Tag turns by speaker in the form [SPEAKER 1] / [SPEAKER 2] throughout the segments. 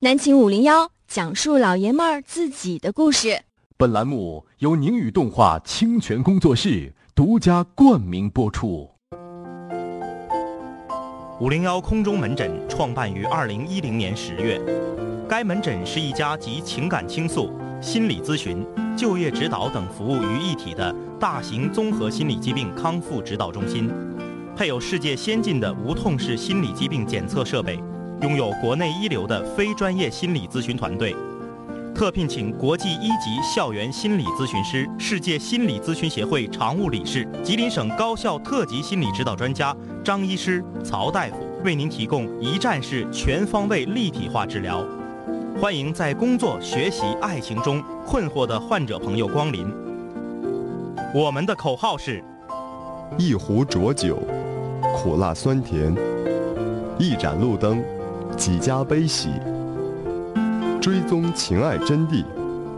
[SPEAKER 1] 南秦五零幺讲述老爷们儿自己的故事。
[SPEAKER 2] 本栏目由宁宇动画清泉工作室独家冠名播出。
[SPEAKER 3] 五零幺空中门诊创办于二零一零年十月，该门诊是一家集情感倾诉、心理咨询、就业指导等服务于一体的大型综合心理疾病康复指导中心，配有世界先进的无痛式心理疾病检测设备，拥有国内一流的非专业心理咨询团队。特聘请国际一级校园心理咨询师、世界心理咨询协会常务理事、吉林省高校特级心理指导专家张医师、曹大夫，为您提供一站式、全方位、立体化治疗。欢迎在工作、学习、爱情中困惑的患者朋友光临。我们的口号是：
[SPEAKER 4] 一壶浊酒，苦辣酸甜；一盏路灯，几家悲喜。追踪情爱真谛，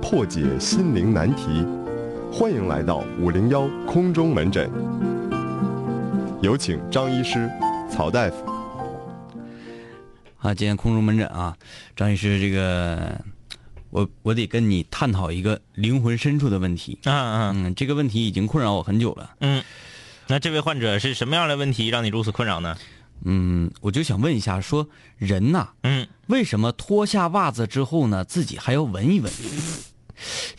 [SPEAKER 4] 破解心灵难题。欢迎来到五零幺空中门诊，有请张医师、曹大夫。
[SPEAKER 5] 啊，今天空中门诊啊，张医师，这个我我得跟你探讨一个灵魂深处的问题。
[SPEAKER 3] 嗯嗯
[SPEAKER 5] 嗯，这个问题已经困扰我很久了。
[SPEAKER 3] 嗯。那这位患者是什么样的问题让你如此困扰呢？
[SPEAKER 5] 嗯，我就想问一下，说人呐、
[SPEAKER 3] 嗯，
[SPEAKER 5] 为什么脱下袜子之后呢，自己还要闻一闻？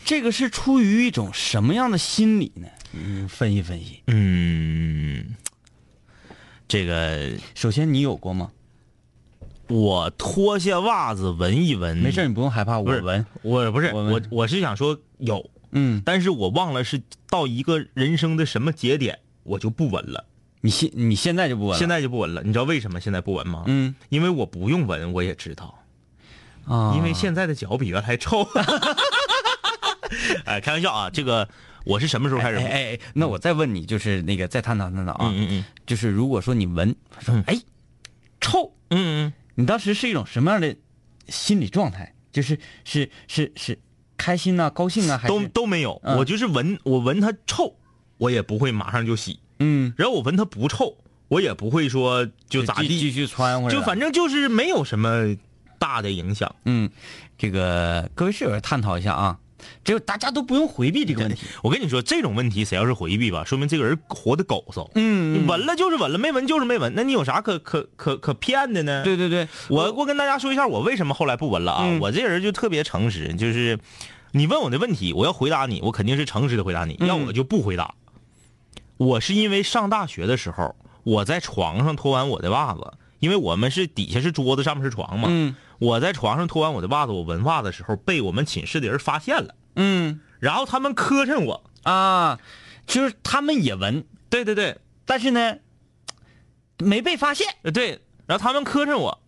[SPEAKER 5] 这个是出于一种什么样的心理呢？嗯，分析分析。
[SPEAKER 3] 嗯，这个
[SPEAKER 5] 首先，你有过吗？
[SPEAKER 3] 我脱下袜子闻一闻，
[SPEAKER 5] 没事，你不用害怕，
[SPEAKER 3] 不
[SPEAKER 5] 我
[SPEAKER 3] 是
[SPEAKER 5] 闻。
[SPEAKER 3] 我不是
[SPEAKER 5] 我
[SPEAKER 3] 我
[SPEAKER 5] 们
[SPEAKER 3] 我是想说有，
[SPEAKER 5] 嗯，
[SPEAKER 3] 但是我忘了是到一个人生的什么节点，我就不闻了，
[SPEAKER 5] 你现你现在就不闻了？
[SPEAKER 3] 现
[SPEAKER 5] 在，
[SPEAKER 3] 在就不闻了。你知道为什么现在不闻吗？
[SPEAKER 5] 嗯
[SPEAKER 3] 因为我不用闻，我也知道，
[SPEAKER 5] 啊，
[SPEAKER 3] 因为现在的脚比原来 臭。 哎，开玩笑啊，这个我是什么时候开
[SPEAKER 5] 哎
[SPEAKER 3] 始？
[SPEAKER 5] 哎哎，那我再问你，就是那个再探讨探讨啊，
[SPEAKER 3] 嗯嗯嗯嗯
[SPEAKER 5] 就是如果说你闻，说
[SPEAKER 3] 嗯
[SPEAKER 5] 哎，臭，
[SPEAKER 3] 嗯
[SPEAKER 5] 你当时是一种什么样的心理状态？就是是是是开心呐、高兴啊，
[SPEAKER 3] 嗯，
[SPEAKER 5] 还
[SPEAKER 3] 都
[SPEAKER 5] 是
[SPEAKER 3] 都没有，
[SPEAKER 5] 嗯
[SPEAKER 3] 我就是闻，我闻它臭，我也不会马上就洗，
[SPEAKER 5] 嗯，
[SPEAKER 3] 然后我闻它不臭，我也不会说就咋
[SPEAKER 5] 继继
[SPEAKER 3] 地，
[SPEAKER 5] 续穿回来
[SPEAKER 3] 就
[SPEAKER 5] 了
[SPEAKER 3] 反正就是没有什么大的影响。
[SPEAKER 5] 嗯，这个各位室友探讨一下啊，这个大家都不用回避这个问题，
[SPEAKER 3] 我跟你说，这种问题谁要是回避吧，说明这个人活得狗搜。
[SPEAKER 5] 嗯，
[SPEAKER 3] 你闻了就是闻了，没闻就是没闻，那你有啥可可可可骗的呢？
[SPEAKER 5] 对对对，
[SPEAKER 3] 我我跟大家说一下，我为什么后来不闻了啊？
[SPEAKER 5] 嗯
[SPEAKER 3] 我这人就特别诚实，就是你问我的问题，我要回答你，我肯定是诚实的回答你，
[SPEAKER 5] 嗯
[SPEAKER 3] 要我就不回答。我是因为上大学的时候，我在床上脱完我的袜子，因为我们是底下是桌子，上面是床嘛。
[SPEAKER 5] 嗯
[SPEAKER 3] 我在床上脱完我的袜子，我闻袜子的时候被我们寝室的人发现了，
[SPEAKER 5] 嗯
[SPEAKER 3] 然后他们磕碜我。
[SPEAKER 5] 啊，就是他们也闻，
[SPEAKER 3] 对对对，
[SPEAKER 5] 但是呢，没被发现。
[SPEAKER 3] 呃对，然后他们磕碜我，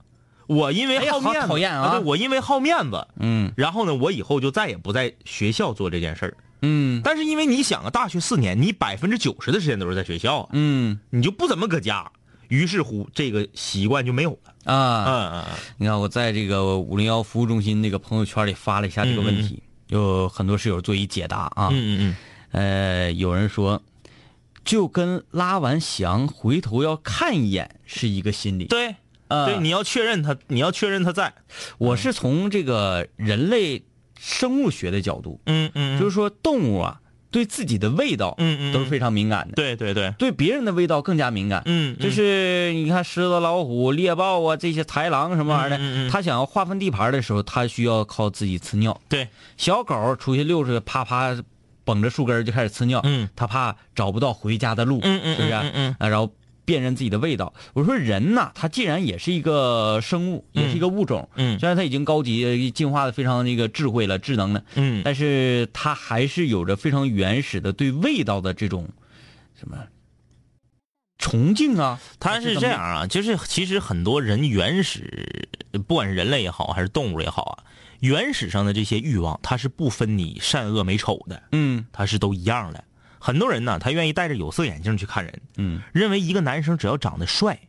[SPEAKER 3] 我因为
[SPEAKER 5] 哎呀
[SPEAKER 3] 好
[SPEAKER 5] 好
[SPEAKER 3] 面子，
[SPEAKER 5] 讨厌啊
[SPEAKER 3] 对我因为好面子，
[SPEAKER 5] 嗯
[SPEAKER 3] 然后呢，我以后就再也不在学校做这件事儿。
[SPEAKER 5] 嗯
[SPEAKER 3] 但是因为你想啊，大学四年，你百分之九十的时间都是在学校啊，
[SPEAKER 5] 嗯
[SPEAKER 3] 你就不怎么搁家，于是乎这个习惯就没有了。
[SPEAKER 5] 啊，
[SPEAKER 3] 嗯嗯
[SPEAKER 5] 你看我在这个五零幺服务中心那个朋友圈里发了一下这个问题，有很多室友做一解答啊。
[SPEAKER 3] 嗯嗯嗯
[SPEAKER 5] 呃，有人说，就跟拉完翔回头要看一眼是一个心理。
[SPEAKER 3] 嗯，对
[SPEAKER 5] 啊
[SPEAKER 3] 对，你要确认他，你要确认他在。
[SPEAKER 5] 我是从这个人类生物学的角度，
[SPEAKER 3] 嗯嗯
[SPEAKER 5] 就
[SPEAKER 3] 就是是
[SPEAKER 5] 说动物啊对自己的味道，
[SPEAKER 3] 嗯嗯嗯
[SPEAKER 5] 都是非常敏感的，
[SPEAKER 3] 对对对，
[SPEAKER 5] 对别人的味道更加敏感。
[SPEAKER 3] 嗯，
[SPEAKER 5] 就
[SPEAKER 3] 嗯
[SPEAKER 5] 是你看狮子、老虎、猎豹啊，这些豺狼什么玩意儿
[SPEAKER 3] 嗯嗯嗯
[SPEAKER 5] 的，它想要划分地盘的时候，它需要靠自己吃尿。
[SPEAKER 3] 对，
[SPEAKER 5] 小狗出去溜达，啪啪绷着树根儿就开始吃尿，
[SPEAKER 3] 嗯
[SPEAKER 5] 它怕找不到回家的路，
[SPEAKER 3] 嗯嗯
[SPEAKER 5] 是不是？
[SPEAKER 3] 嗯嗯嗯
[SPEAKER 5] 啊，然后辨认自己的味道。我说人呐、它既然也是一个生物，也是一个物种，
[SPEAKER 3] 嗯
[SPEAKER 5] 虽然它已经高级进化的非常那个智慧了、智能了，
[SPEAKER 3] 嗯
[SPEAKER 5] 但是它还是有着非常原始的对味道的这种什么崇敬啊。
[SPEAKER 3] 他是这样啊，就是其实很多人原始，不管是人类也好，还是动物也好啊，原始上的这些欲望，它是不分你善恶美丑的，
[SPEAKER 5] 嗯
[SPEAKER 3] 它是都一样的。很多人呢，他愿意戴着有色眼镜去看人，
[SPEAKER 5] 嗯
[SPEAKER 3] 认为一个男生只要长得帅，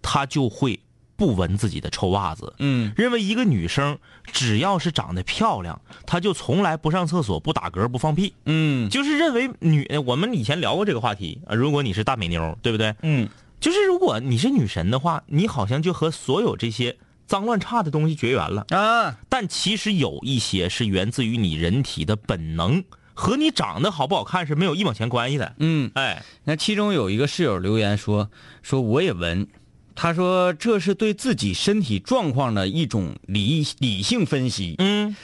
[SPEAKER 3] 他就会不闻自己的臭袜子；
[SPEAKER 5] 嗯
[SPEAKER 3] 认为一个女生只要是长得漂亮，她就从来不上厕所、不打嗝、不放屁，
[SPEAKER 5] 嗯
[SPEAKER 3] 就是认为女。我们以前聊过这个话题啊，如果你是大美妞，对不对？
[SPEAKER 5] 嗯
[SPEAKER 3] 就是如果你是女神的话，你好像就和所有这些脏乱差的东西绝缘了。
[SPEAKER 5] 啊，
[SPEAKER 3] 但其实有一些是源自于你人体的本能，和你长得好不好看是没有一毛钱关系的。
[SPEAKER 5] 嗯，
[SPEAKER 3] 哎，
[SPEAKER 5] 那其中有一个室友留言说，说我也闻，他说这是对自己身体状况的一种理理性分析，
[SPEAKER 3] 嗯，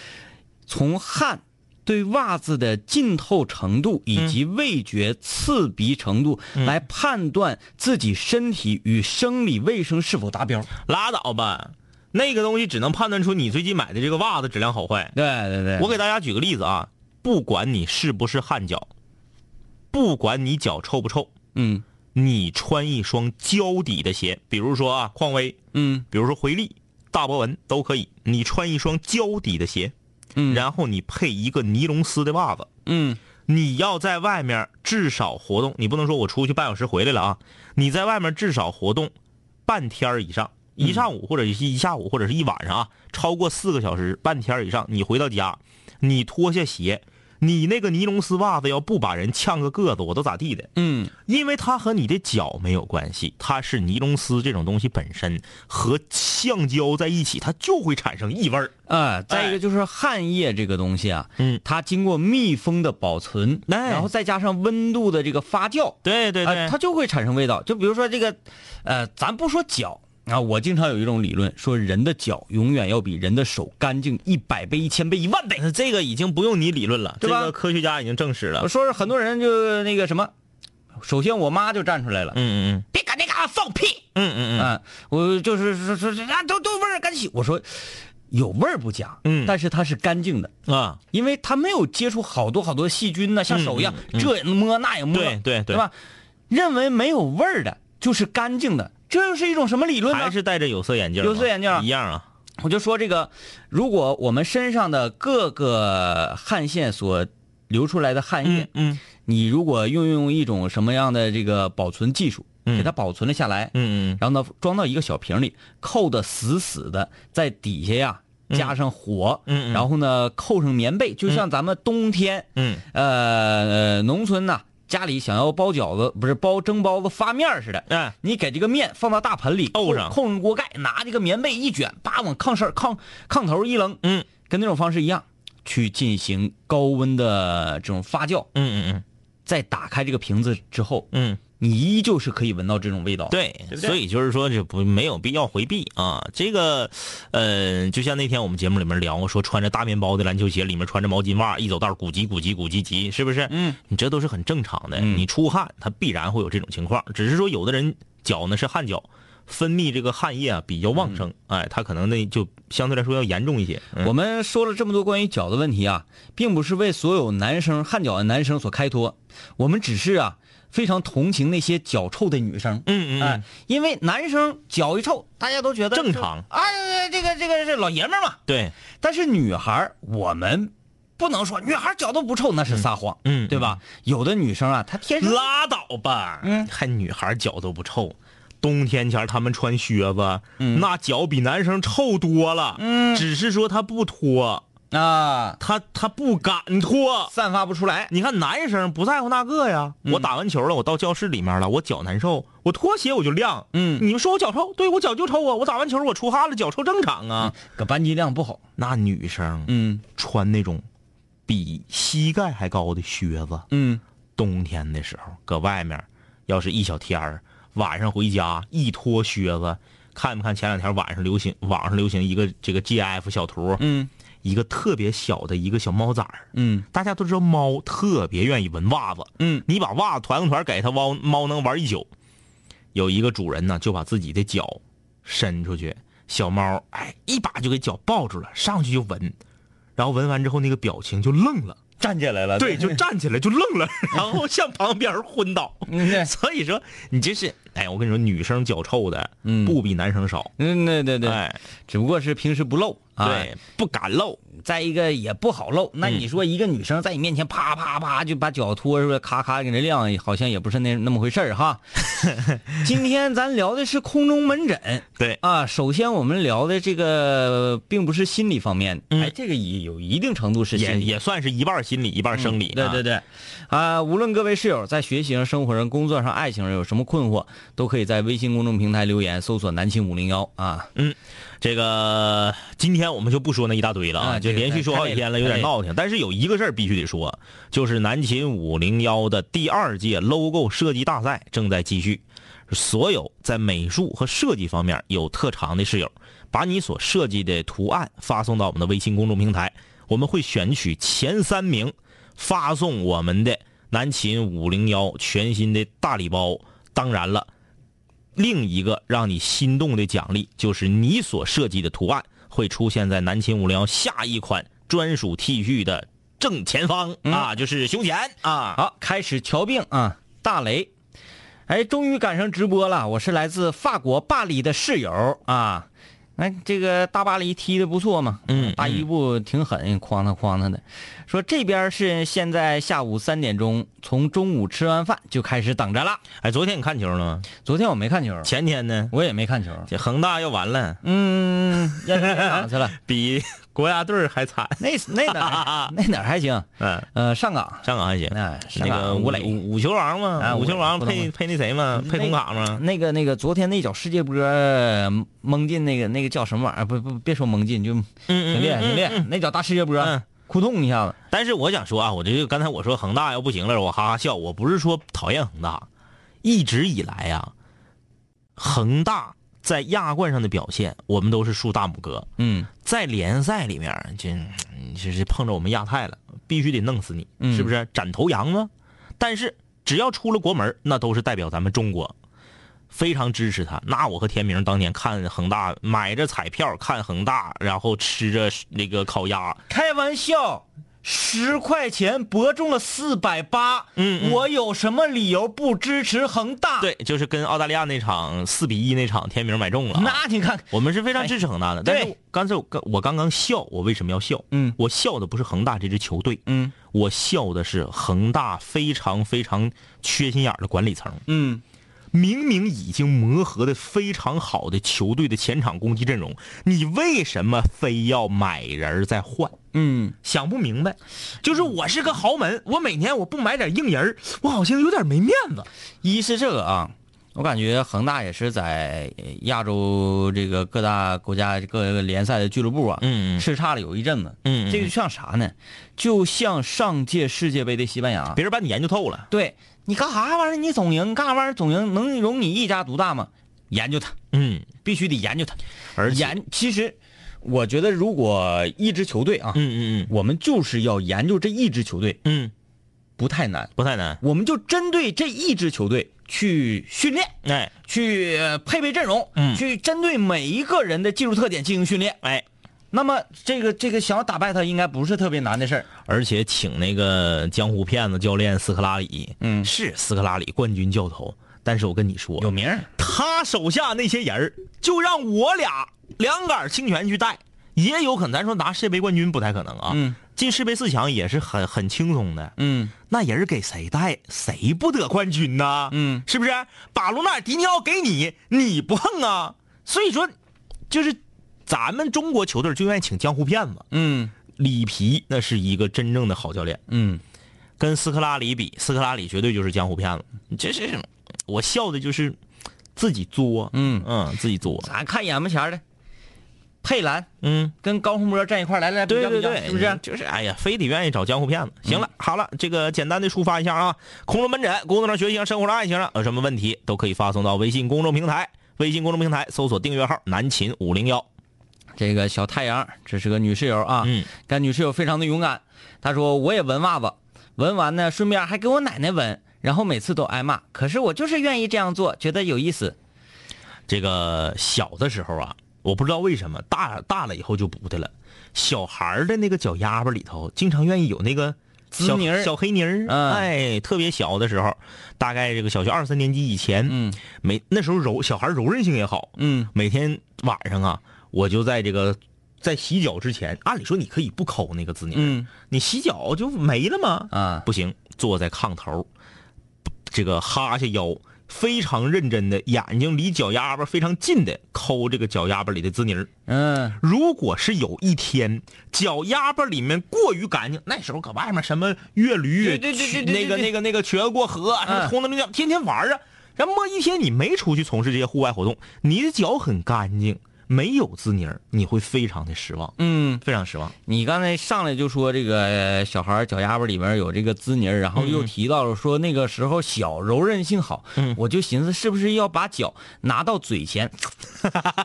[SPEAKER 5] 从汗对袜子的浸透程度
[SPEAKER 3] 嗯
[SPEAKER 5] 以及味觉刺鼻程度来判断自己身体与生理卫生是否达标。
[SPEAKER 3] 拉倒吧，那个东西只能判断出你最近买的这个袜子质量好坏。
[SPEAKER 5] 对对对，
[SPEAKER 3] 我给大家举个例子啊，不管你是不是汗脚，不管你脚臭不臭，
[SPEAKER 5] 嗯
[SPEAKER 3] 你穿一双胶底的鞋，比如说啊匡威，
[SPEAKER 5] 嗯
[SPEAKER 3] 比如说回力、大博文都可以，你穿一双胶底的鞋，
[SPEAKER 5] 嗯
[SPEAKER 3] 然后你配一个尼龙丝的袜子，
[SPEAKER 5] 嗯
[SPEAKER 3] 你要在外面至少活动，你不能说我出去半小时回来了啊，你在外面至少活动半天儿以上，
[SPEAKER 5] 嗯
[SPEAKER 3] 一上午或者是一下午或者是一晚上啊，超过四个小时，半天儿以上，你回到家，你脱下鞋，你那个尼龙丝袜子要不把人呛个个子，我都咋地的，
[SPEAKER 5] 嗯
[SPEAKER 3] 因为它和你的脚没有关系，它是尼龙丝这种东西本身和橡胶在一起，它就会产生异味儿。
[SPEAKER 5] 啊，再一个就是汗液这个东西啊，
[SPEAKER 3] 嗯
[SPEAKER 5] 它经过密封的保存，
[SPEAKER 3] 哎
[SPEAKER 5] 然后再加上温度的这个发酵，
[SPEAKER 3] 对对
[SPEAKER 5] 呃，它就会产生味道。就比如说这个，呃，咱不说脚啊，我经常有一种理论说，人的脚永远要比人的手干净一百倍、一千倍、一万倍。
[SPEAKER 3] 呃这个已经不用你理论了，这
[SPEAKER 5] 对吧
[SPEAKER 3] 个科学家已经证实了
[SPEAKER 5] 我。说是很多人就那个什么，首先我妈就站出来了，
[SPEAKER 3] 嗯嗯
[SPEAKER 5] 别搁那嘎放屁，
[SPEAKER 3] 嗯嗯嗯嗯
[SPEAKER 5] 啊，我就是说说说啊，都都味儿干洗。我说有味儿不假，
[SPEAKER 3] 嗯
[SPEAKER 5] 但是它是干净的。
[SPEAKER 3] 啊，
[SPEAKER 5] 因为它没有接触好多好多细菌呢，像手一样，这也摸那也
[SPEAKER 3] 嗯
[SPEAKER 5] 摸，
[SPEAKER 3] 对对对
[SPEAKER 5] 对吧？认为没有味儿的就是干净的，这又是一种什么理论呢
[SPEAKER 3] 还？是戴着有色眼镜吗，
[SPEAKER 5] 有色眼镜啊
[SPEAKER 3] 一样啊。
[SPEAKER 5] 我就说这个，如果我们身上的各个汗腺所流出来的汗液，
[SPEAKER 3] 嗯
[SPEAKER 5] 你如果运用一种什么样的这个保存技术，
[SPEAKER 3] 嗯
[SPEAKER 5] 给它保存了下来，
[SPEAKER 3] 嗯嗯
[SPEAKER 5] 然后呢装到一个小瓶里，扣的死死的，在底下呀加上火，
[SPEAKER 3] 嗯嗯
[SPEAKER 5] 然后呢扣上棉被，就像咱们冬天。
[SPEAKER 3] 嗯
[SPEAKER 5] 呃，农村呐、家里想要包饺子，不是包蒸包子发面儿似的，
[SPEAKER 3] 嗯，哎，
[SPEAKER 5] 你给这个面放到大盆里，
[SPEAKER 3] 沤
[SPEAKER 5] 扣
[SPEAKER 3] 上
[SPEAKER 5] 扣上锅盖，拿这个棉被一卷，叭往炕上炕炕头一扔，
[SPEAKER 3] 嗯
[SPEAKER 5] 跟那种方式一样，去进行高温的这种发酵。
[SPEAKER 3] 嗯嗯
[SPEAKER 5] 再打开这个瓶子之后，
[SPEAKER 3] 嗯嗯，
[SPEAKER 5] 你依旧是可以闻到这种味道。，
[SPEAKER 3] 对，所以就是说这不没有必要回避啊。这个，呃，就像那天我们节目里面聊说，穿着大面包的篮球鞋，里面穿着毛巾袜，一走道咕叽咕叽咕叽叽，是不是？
[SPEAKER 5] 嗯，
[SPEAKER 3] 你这都是很正常的。
[SPEAKER 5] 嗯
[SPEAKER 3] 你出汗，它必然会有这种情况，只是说有的人脚呢是汗脚。分泌这个汗液啊比较旺盛，哎，他可能那就相对来说要严重一些。嗯
[SPEAKER 5] 嗯我们说了这么多关于饺子问题啊，并不是为所有男生汗脚的男生所开脱，我们只是啊非常同情那些脚臭的女生。
[SPEAKER 3] 嗯嗯
[SPEAKER 5] 哎
[SPEAKER 3] 嗯，，
[SPEAKER 5] 因为男生脚一臭，大家都觉得
[SPEAKER 3] 正常
[SPEAKER 5] 是。哎，这个这个是老爷们儿嘛。
[SPEAKER 3] 对，
[SPEAKER 5] 但是女孩儿，我们不能说女孩儿脚都不臭，那是撒谎，
[SPEAKER 3] 嗯嗯
[SPEAKER 5] 对吧？有的女生啊，她天生
[SPEAKER 3] 拉倒吧，
[SPEAKER 5] 嗯
[SPEAKER 3] 还女孩脚都不臭。冬天前儿她们穿靴子，那脚比男生臭多了。
[SPEAKER 5] 嗯
[SPEAKER 3] 只是说她不脱，
[SPEAKER 5] 啊
[SPEAKER 3] 她她不敢脱。
[SPEAKER 5] 散发不出来。
[SPEAKER 3] 你看男生不在乎那个呀，
[SPEAKER 5] 嗯
[SPEAKER 3] 我打完球了，我到教室里面了，我脚难受，我脱鞋我就晾。
[SPEAKER 5] 嗯
[SPEAKER 3] 你们说我脚臭，对我脚就臭啊，我打完球我出汗了，脚臭正常啊。
[SPEAKER 5] 搁班级量不好，
[SPEAKER 3] 那女生
[SPEAKER 5] 嗯
[SPEAKER 3] 穿那种比膝盖还高的靴子，
[SPEAKER 5] 嗯，
[SPEAKER 3] 冬天的时候，搁外面，要是一小天儿，晚上回家一脱靴子，看没看前两天晚上流行网上流行一个这个 GF 小图，
[SPEAKER 5] 嗯
[SPEAKER 3] 一个特别小的一个小猫崽儿，
[SPEAKER 5] 嗯
[SPEAKER 3] 大家都知道猫特别愿意闻袜子，
[SPEAKER 5] 嗯
[SPEAKER 3] 你把袜子团个团给它，猫猫能玩一宿。有一个主人呢，就把自己的脚伸出去，小猫哎一把就给脚抱住了，上去就闻，然后闻完之后那个表情就愣了。
[SPEAKER 5] 站起来了，
[SPEAKER 3] 对，就站起来就愣了， 然后向旁边昏倒。
[SPEAKER 5] 嗯 对
[SPEAKER 3] 所以说，你这是，哎，我跟你说，女生脚臭的，
[SPEAKER 5] 嗯
[SPEAKER 3] 不比男生少。
[SPEAKER 5] 嗯对对对，
[SPEAKER 3] 哎，
[SPEAKER 5] 只不过是平时不露啊，
[SPEAKER 3] 对，不敢露。
[SPEAKER 5] 再一个也不好露。那你说一个女生在你面前啪啪啪就把脚脱出来，咔咔给人晾，好像也不是那那么回事儿哈。今天咱聊的是空中门诊
[SPEAKER 3] 对，
[SPEAKER 5] 啊，首先我们聊的这个并不是心理方面，
[SPEAKER 3] 嗯
[SPEAKER 5] 哎，这个也有一定程度是
[SPEAKER 3] 也
[SPEAKER 5] 心理。
[SPEAKER 3] 也算是一半心理，一半生理。
[SPEAKER 5] 对
[SPEAKER 3] 嗯对，
[SPEAKER 5] 对对，啊，无论各位室友在学习上、生活上、工作上、爱情上有什么困惑，都可以在微信公众平台留言，搜索“南青五零幺”啊。
[SPEAKER 3] 这个今天我们就不说那一大堆了啊，
[SPEAKER 5] 啊
[SPEAKER 3] 就连续说好几天了，有点闹腾。但是有一个事儿必须得说，就是南秦五零幺的第二届 logo 设计大赛正在继续，所有在美术和设计方面有特长的室友，把你所设计的图案发送到我们的微信公众平台，我们会选取前三名，发送我们的南秦五零幺全新的大礼包。当然了。另一个让你心动的奖励就是你所设计的图案会出现在南秦五零幺下一款专属 T 恤的正前方、
[SPEAKER 5] 嗯
[SPEAKER 3] 啊，就是胸前啊。
[SPEAKER 5] 好，开始瞧病啊，大雷，哎，终于赶上直播了。我是来自法国巴黎的室友啊，哎，这个大巴黎踢的不错嘛，
[SPEAKER 3] 嗯
[SPEAKER 5] 大伊布挺狠，哐当哐当的。说这边是现在下午三点钟，从中午吃完饭就开始等着了。
[SPEAKER 3] 哎，昨天你看球了吗？
[SPEAKER 5] 昨天我没看球，
[SPEAKER 3] 前天呢？
[SPEAKER 5] 我也没看球，
[SPEAKER 3] 这恒大要完了，
[SPEAKER 5] 嗯， 要哪去了？
[SPEAKER 3] 比国家队儿还惨。
[SPEAKER 5] 那那哪 儿那哪儿还行？
[SPEAKER 3] 嗯，
[SPEAKER 5] 呃，上港，
[SPEAKER 3] 上港还行，
[SPEAKER 5] 哎上
[SPEAKER 3] 那
[SPEAKER 5] 港
[SPEAKER 3] 个
[SPEAKER 5] 吴
[SPEAKER 3] 五
[SPEAKER 5] 磊
[SPEAKER 3] 五五球王嘛，
[SPEAKER 5] 啊
[SPEAKER 3] 五球王
[SPEAKER 5] 吴磊
[SPEAKER 3] 配配那谁嘛，配孔卡嘛。
[SPEAKER 5] 那个那个，昨天那脚世界波呃蒙进那个那个叫什么玩意儿？不不，别说蒙进，就挺厉害，挺厉害。那脚大世界波
[SPEAKER 3] 嗯，
[SPEAKER 5] 扑通一下子。
[SPEAKER 3] 但是我想说啊，我这个刚才我说恒大要不行了，我哈哈笑。我不是说讨厌恒大，一直以来啊，恒大在亚冠上的表现，我们都是竖大拇哥。
[SPEAKER 5] 嗯，
[SPEAKER 3] 在联赛里面，这嗯就是碰着我们亚太了，必须得弄死你，
[SPEAKER 5] 嗯
[SPEAKER 3] 是不是？斩头羊啊！但是只要出了国门，那都是代表咱们中国，非常支持他。那我和天明当年看恒大，买着彩票看恒大，然后吃着那个烤鸭，
[SPEAKER 5] 开玩笑，十块钱博中了四百八。
[SPEAKER 3] 嗯嗯
[SPEAKER 5] 我有什么理由不支持恒大？，
[SPEAKER 3] 对，就是跟澳大利亚那场四比一那场，天明买中了、啊。
[SPEAKER 5] 那你看，
[SPEAKER 3] 我们是非常支持恒大的，
[SPEAKER 5] 哎
[SPEAKER 3] 但
[SPEAKER 5] 对
[SPEAKER 3] 是我刚才我刚我刚刚笑，我为什么要笑？
[SPEAKER 5] 嗯
[SPEAKER 3] 我笑的不是恒大这支球队，
[SPEAKER 5] 嗯
[SPEAKER 3] 我笑的是恒大非常非常缺心眼儿的管理层。
[SPEAKER 5] 嗯，
[SPEAKER 3] 明明已经磨合的非常好的球队的前场攻击阵容，你为什么非要买人儿再换？
[SPEAKER 5] 嗯，
[SPEAKER 3] 想不明白，就是我是个豪门，我每年我不买点硬人儿，我好像有点没面子。
[SPEAKER 5] 一是这个啊，我感觉恒大也是在呃亚洲这个各大国家各个联赛的俱乐部啊，
[SPEAKER 3] 嗯嗯
[SPEAKER 5] 叱咤了有一阵子。
[SPEAKER 3] 嗯嗯
[SPEAKER 5] 这个就像啥呢？就像上届世界杯的西班牙，
[SPEAKER 3] 别人把你研究透了。
[SPEAKER 5] 对你干啥玩意儿？你总赢，干啥玩意儿总赢？能容你一家独大吗？研究它，
[SPEAKER 3] 嗯，
[SPEAKER 5] 必须得研究它。
[SPEAKER 3] 而且
[SPEAKER 5] 研，其实我觉得，如果一支球队啊，
[SPEAKER 3] 嗯嗯
[SPEAKER 5] 我们就是要研究这一支球队，
[SPEAKER 3] 嗯嗯，
[SPEAKER 5] 不太难。
[SPEAKER 3] 不太难。
[SPEAKER 5] 我们就针对这一支球队去训练，
[SPEAKER 3] 哎
[SPEAKER 5] 去呃配备阵容，
[SPEAKER 3] 嗯
[SPEAKER 5] 去针对每一个人的技术特点进行训练。
[SPEAKER 3] 哎，
[SPEAKER 5] 那么这个这个想要打败他，应该不是特别难的事儿。
[SPEAKER 3] 而且请那个江湖骗子教练斯科拉里，
[SPEAKER 5] 嗯
[SPEAKER 3] 是斯科拉里冠军教头。但是我跟你说，
[SPEAKER 5] 有名儿，
[SPEAKER 3] 他手下那些人儿就让我俩两杆儿清泉去带，也有可能咱说拿世界杯冠军不太可能啊，
[SPEAKER 5] 嗯
[SPEAKER 3] 进世界杯四强也是很很轻松的。
[SPEAKER 5] 嗯
[SPEAKER 3] 那人儿给谁带，谁不得冠军呐？
[SPEAKER 5] 嗯，
[SPEAKER 3] 是不是？把罗纳尔迪尼奥给你，你不横啊？所以说，就是咱们中国球队就愿意请江湖骗子。
[SPEAKER 5] 嗯
[SPEAKER 3] 里皮那是一个真正的好教练，
[SPEAKER 5] 嗯，
[SPEAKER 3] 跟斯科拉里比，斯科拉里绝对就是江湖骗子。这是我笑的，就是自己作，
[SPEAKER 5] 嗯
[SPEAKER 3] 嗯，自己作，
[SPEAKER 5] 咱看眼巴前儿的，佩兰
[SPEAKER 3] 嗯，
[SPEAKER 5] 跟高洪波站一块儿，来来，比
[SPEAKER 3] 对
[SPEAKER 5] 较
[SPEAKER 3] 对
[SPEAKER 5] 比较
[SPEAKER 3] 对，
[SPEAKER 5] 是不嗯是？
[SPEAKER 3] 就是哎呀，非得愿意找江湖骗子。行了，好了，这个简单的抒发一下啊，空中门诊，工作上、学习上、生活上、爱情上有什么问题，都可以发送到微信公众平台，微信公众平台搜索订阅号“南秦五零幺
[SPEAKER 5] 这个小太阳，这是个女室友啊，
[SPEAKER 3] 嗯，
[SPEAKER 5] 但女室友非常的勇敢，她说我也闻袜子，闻完呢，顺便还给我奶奶闻，然后每次都挨骂，可是我就是愿意这样做，觉得有意思。”。
[SPEAKER 3] 这个小的时候啊，我不知道为什么大大了以后就不的了，小孩儿的那个脚丫巴里头经常愿意有那个。
[SPEAKER 5] 滋
[SPEAKER 3] 小
[SPEAKER 5] 泥儿
[SPEAKER 3] 小黑泥儿，
[SPEAKER 5] 嗯
[SPEAKER 3] 哎，特别小的时候，大概这个小学二三年级以前，
[SPEAKER 5] 嗯
[SPEAKER 3] 每那时候柔小孩柔韧性也好，
[SPEAKER 5] 嗯
[SPEAKER 3] 每天晚上啊，我就在这个在洗脚之前，按理说你可以不抠那个滋泥儿，
[SPEAKER 5] 嗯
[SPEAKER 3] 你洗脚就没了吗？
[SPEAKER 5] 啊，
[SPEAKER 3] 不行，坐在炕头，这个哈下腰，非常认真的，眼睛离脚丫巴非常近的抠这个脚丫巴里的滋泥儿。
[SPEAKER 5] 嗯
[SPEAKER 3] 如果是有一天脚丫巴里面过于干净，那时候搁外面什么越驴，
[SPEAKER 5] 对对对对对
[SPEAKER 3] 那个
[SPEAKER 5] 对
[SPEAKER 3] 那个那个瘸过河啊，什么
[SPEAKER 5] 嗯
[SPEAKER 3] 通的那叫天天玩啊。然后么一天你没出去从事这些户外活动，你的脚很干净，没有字泥儿，你会非常的失望，
[SPEAKER 5] 嗯，
[SPEAKER 3] 非常失望。
[SPEAKER 5] 你刚才上来就说这个呃小孩儿脚丫子里面有这个滋泥儿，然后又提到了说那个时候小柔韧性好，我就寻思是不是要把脚拿到嘴前。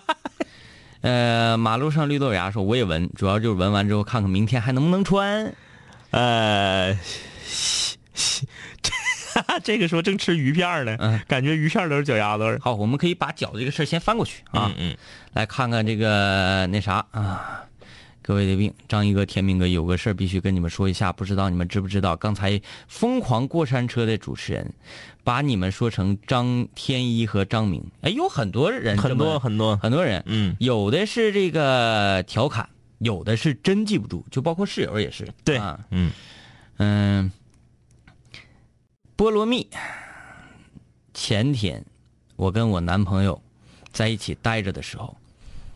[SPEAKER 5] 呃，马路上绿豆芽说我也闻，主要就是闻完之后看看明天还能不能穿。嗯
[SPEAKER 3] 呃， 这个时候正吃鱼片儿呢，
[SPEAKER 5] 嗯
[SPEAKER 3] 感觉鱼片儿都是脚丫子味儿。
[SPEAKER 5] 好，我们可以把脚这个事儿先翻过去啊，
[SPEAKER 3] 嗯嗯
[SPEAKER 5] 来看看这个那啥啊。各位的病，张一哥、天明哥，有个事儿必须跟你们说一下，不知道你们知不知道？刚才《疯狂过山车》的主持人把你们说成张天一和张明，哎，有很多人这么，
[SPEAKER 3] 很多很多
[SPEAKER 5] 很多人，
[SPEAKER 3] 嗯，
[SPEAKER 5] 有的是这个调侃，有的是真记不住，就包括室友也是，
[SPEAKER 3] 对
[SPEAKER 5] 啊、
[SPEAKER 3] 嗯
[SPEAKER 5] 嗯，菠萝蜜。前天我跟我男朋友在一起待着的时候，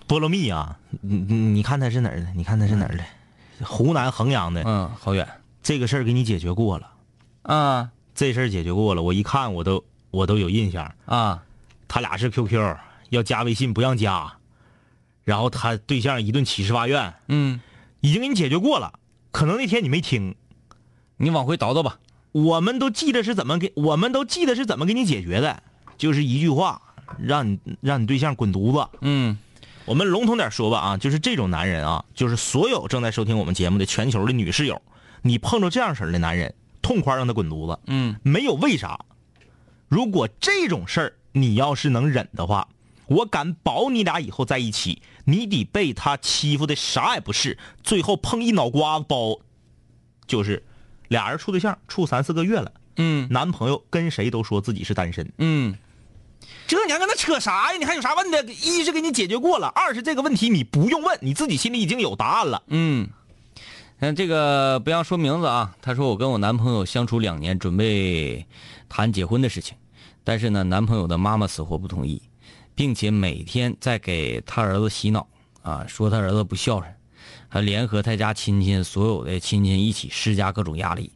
[SPEAKER 3] 菠萝蜜啊，你你你看他是哪儿的？你看他是哪儿的？湖南衡阳的。
[SPEAKER 5] 嗯，好远
[SPEAKER 3] 这个事儿给你解决过了，
[SPEAKER 5] 啊
[SPEAKER 3] 这事儿解决过了，我一看我都我都有印象。
[SPEAKER 5] 啊！
[SPEAKER 3] 他俩是 QQ，要加微信不让加，然后他对象一顿起誓发愿，
[SPEAKER 5] 嗯，
[SPEAKER 3] 已经给你解决过了。可能那天你没听，
[SPEAKER 5] 你往回倒倒吧。
[SPEAKER 3] 我们都记得是怎么给，我们都记得是怎么给你解决的，就是一句话，让你让你对象滚犊子。
[SPEAKER 5] 嗯
[SPEAKER 3] 我们笼统点说吧啊，就是这种男人啊，就是所有正在收听我们节目的全球的女室友，你碰着这样式儿的男人，痛快让他滚犊子。
[SPEAKER 5] 嗯，
[SPEAKER 3] 没有为啥。如果这种事儿你要是能忍的话，我敢保你俩以后在一起，你得被他欺负的啥也不是，最后碰一脑瓜子包，就是俩人处对象处三四个月了，
[SPEAKER 5] 嗯
[SPEAKER 3] 男朋友跟谁都说自己是单身，
[SPEAKER 5] 嗯，
[SPEAKER 3] 这你还跟他扯啥呀？你还有啥问的？一是给你解决过了，二是这个问题你不用问，你自己心里已经有答案了。
[SPEAKER 5] 嗯，那这个不要说名字啊。他说我跟我男朋友相处两年，准备谈结婚的事情，但是呢，男朋友的妈妈死活不同意，并且每天在给他儿子洗脑啊，说他儿子不孝顺，还联合他家亲戚所有的亲戚一起施加各种压力。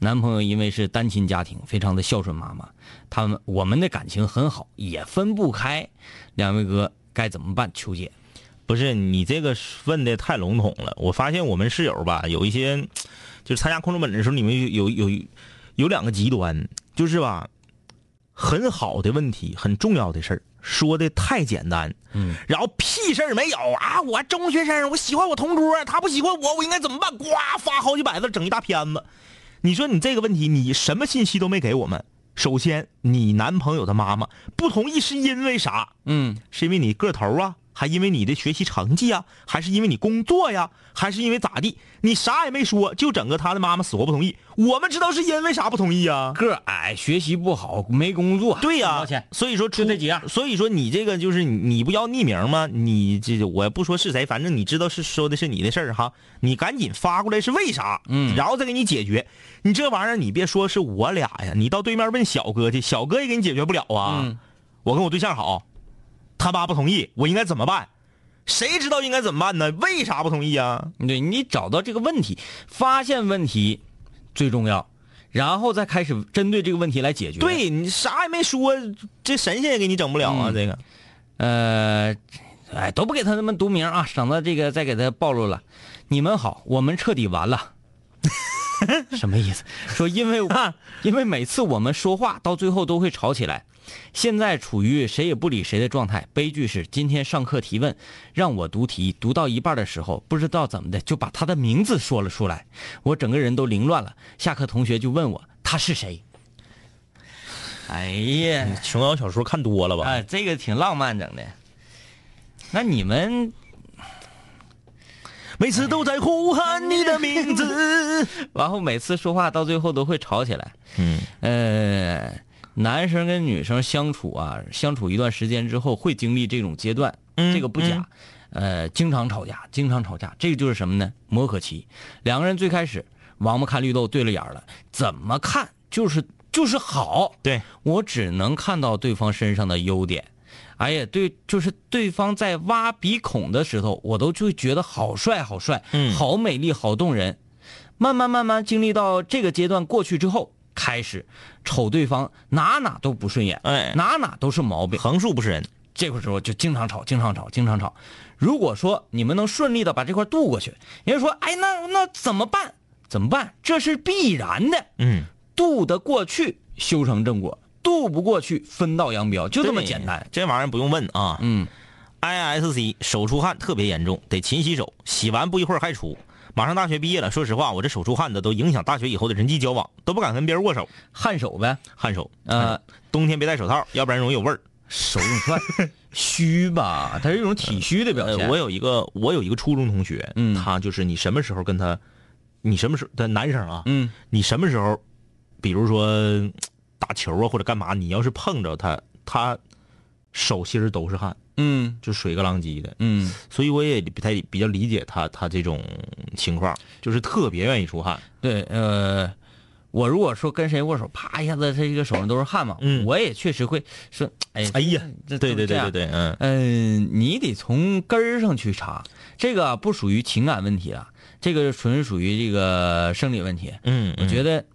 [SPEAKER 5] 男朋友因为是单亲家庭，非常的孝顺妈妈，他们我们的感情很好，也分不开。两位哥该怎么办？求解。
[SPEAKER 3] 不是你这个问的太笼统了。我发现我们室友吧，有一些就是参加空中本的时候，你们有有有有两个极端，就是吧，很好的问题，很重要的事儿，说的太简单，嗯，然后屁事儿没有啊！我中学生，我喜欢我同桌，他不喜欢我，我应该怎么办？呱，发好几百字，整一大片子。你说你这个问题，你什么信息都没给我们。首先，你男朋友他妈妈不同意是因为啥？
[SPEAKER 5] 嗯
[SPEAKER 3] 是因为你个头啊，还因为你的学习成绩啊，还是因为你工作呀，还是因为咋地？你啥也没说，就整个他的妈妈死活不同意。我们知道是因为啥不同意啊？
[SPEAKER 5] 个儿矮，学习不好，没工作，
[SPEAKER 3] 对呀、
[SPEAKER 5] 抱歉
[SPEAKER 3] 所以说出
[SPEAKER 5] 就这几样
[SPEAKER 3] 所以说你这个就是你你不要匿名吗？你这我不说是谁，反正你知道是说的是你的事儿哈，你赶紧发过来是为啥？嗯，然后再给你解决。你这玩意儿你别说是我俩呀，你到对面问小哥去，小哥也给你解决不了啊。
[SPEAKER 5] 嗯
[SPEAKER 3] 我跟我对象好，他妈不同意，我应该怎么办？谁知道应该怎么办呢？为啥不同意啊？
[SPEAKER 5] 对你找到这个问题，发现问题最重要，然后再开始针对这个问题来解决。，
[SPEAKER 3] 对你啥也没说，这神仙也给你整不了啊！
[SPEAKER 5] 嗯
[SPEAKER 3] 这个
[SPEAKER 5] 呃，哎，都不给他们读名啊，省得这个再给他暴露了。你们好，我们彻底完了。 什么意思？说因为因为每次我们说话到最后都会吵起来，现在处于谁也不理谁的状态。悲剧是今天上课提问，让我读题，读到一半的时候，不知道怎么的就把他的名字说了出来，我整个人都凌乱了。下课同学就问我他是谁。 哎呀，
[SPEAKER 3] 琼瑶小说看多了吧？
[SPEAKER 5] 啊，这个挺浪漫整的。那你们
[SPEAKER 3] 每次都在呼喊你的名字。
[SPEAKER 5] 然后每次说话到最后都会吵起来。
[SPEAKER 3] 嗯，
[SPEAKER 5] 呃，男生跟女生相处啊，相处一段时间之后会经历这种阶段，
[SPEAKER 3] 嗯
[SPEAKER 5] 这个不假。呃，经常吵架，经常吵架，这个就是什么呢？磨合期。两个人最开始王八看绿豆对了眼儿了，怎么看就是就是好，
[SPEAKER 3] 对，
[SPEAKER 5] 我只能看到对方身上的优点。哎呀，对，就是对方在挖鼻孔的时候，我都就觉得好帅，好帅，
[SPEAKER 3] 嗯
[SPEAKER 5] 好美丽，好动人。慢慢慢慢经历到这个阶段过去之后，开始瞅对方哪哪都不顺眼，
[SPEAKER 3] 哎
[SPEAKER 5] 哪哪都是毛病，
[SPEAKER 3] 横竖不是人。
[SPEAKER 5] 这个时候就经常吵，经常吵，经常吵。如果说你们能顺利的把这块渡过去，人家说，哎，那那怎么办？怎么办？这是必然的，
[SPEAKER 3] 嗯，
[SPEAKER 5] 渡得过去修成正果，渡不过去分道扬镳，就这么简单。
[SPEAKER 3] 对，这玩意儿不用问啊。
[SPEAKER 5] 嗯
[SPEAKER 3] ，ISC 手出汗特别严重，得勤洗手，洗完不一会儿还出。马上大学毕业了，说实话，我这手出汗的都影响大学以后的人际交往，都不敢跟别人握手，
[SPEAKER 5] 汗手呗，
[SPEAKER 3] 汗手。
[SPEAKER 5] 呃，
[SPEAKER 3] 冬天别戴手套，要不然容易有味儿。
[SPEAKER 5] 手用 酸，虚吧，它是一种体虚的表
[SPEAKER 3] 呃
[SPEAKER 5] 现。，
[SPEAKER 3] 我有一个我有一个初中同学，
[SPEAKER 5] 嗯
[SPEAKER 3] 他就是你什么时候跟他，你什么时候的男生啊，
[SPEAKER 5] 嗯
[SPEAKER 3] 你什么时候，比如说打球啊或者干嘛，你要是碰着他，他手心儿都是汗，
[SPEAKER 5] 嗯
[SPEAKER 3] 就水个浪叽的。
[SPEAKER 5] 嗯，
[SPEAKER 3] 所以我也不太比较理解他他这种情况，就是特别愿意出汗。
[SPEAKER 5] 对，呃，我如果说跟谁握手，啪一下子，他这个手上都是汗嘛，
[SPEAKER 3] 嗯
[SPEAKER 5] 我也确实会说，哎，
[SPEAKER 3] 哎呀，
[SPEAKER 5] 这
[SPEAKER 3] 对对对对。
[SPEAKER 5] 这这样
[SPEAKER 3] 对，嗯
[SPEAKER 5] 嗯，你得从根儿上去查，这个啊不属于情感问题了，这个纯属于这个生理问题。
[SPEAKER 3] 嗯，
[SPEAKER 5] 我觉
[SPEAKER 3] 得
[SPEAKER 5] 得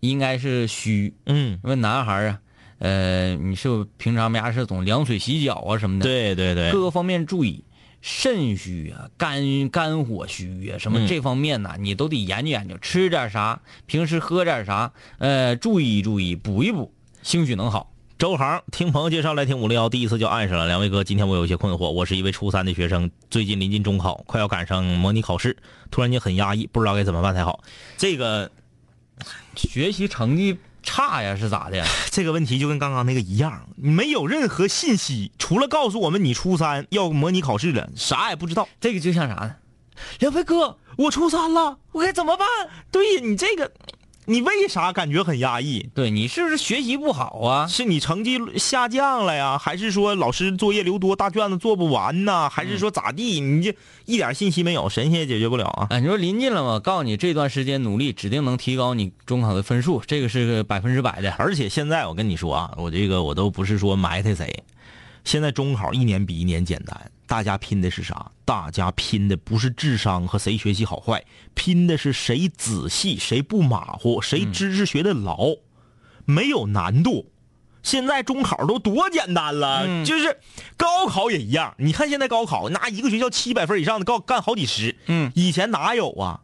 [SPEAKER 5] 应该是虚，
[SPEAKER 3] 嗯，
[SPEAKER 5] 因为男孩儿啊，呃，你是不是平常没啥事总凉水洗脚啊什么的，，
[SPEAKER 3] 对对对，
[SPEAKER 5] 各个方面注意，肾虚啊，肝肝火虚啊，什
[SPEAKER 3] 嗯
[SPEAKER 5] 么这方面呢、你都得研究研究，吃点啥，平时喝点啥，呃，注意注意，补一补，兴许能好。
[SPEAKER 3] 周航听朋友介绍来听五零幺，第一次就爱上了。两位哥，今天我有一些困惑，我是一位初三的学生，最近临近中考，快要赶上模拟考试，突然间很压抑，不知道该怎么办才好。这个
[SPEAKER 5] 学习成绩差呀是咋的呀？
[SPEAKER 3] 这个问题就跟刚刚那个一样，没有任何信息，除了告诉我们你初三要模拟考试了，啥也不知道。
[SPEAKER 5] 这个就像啥呢？梁飞哥，
[SPEAKER 3] 我初三了，
[SPEAKER 5] 我该怎么办？
[SPEAKER 3] 对呀，你这个，你为啥感觉很压抑？
[SPEAKER 5] 对你是不是学习不好啊？
[SPEAKER 3] 是你成绩下降了呀，还是说老师作业留多，大卷子做不完呢？还是说咋地？你这一点信息没有，神仙也解决不了啊！
[SPEAKER 5] 啊，你说临近了嘛？告诉你，这段时间努力指定能提高你中考的分数，这个是个百分之百的。
[SPEAKER 3] 而且现在我跟你说啊，我这个我都不是说埋汰谁，现在中考一年比一年简单，大家拼的是啥？大家拼的不是智商和谁学习好坏，拼的是谁仔细，谁不马虎，谁知识学的牢，没有难度。现在中考都多简单了，就是高考也一样。你看现在高考，拿一个学校七百分以上的高干好几十，
[SPEAKER 5] 嗯，
[SPEAKER 3] 以前哪有啊？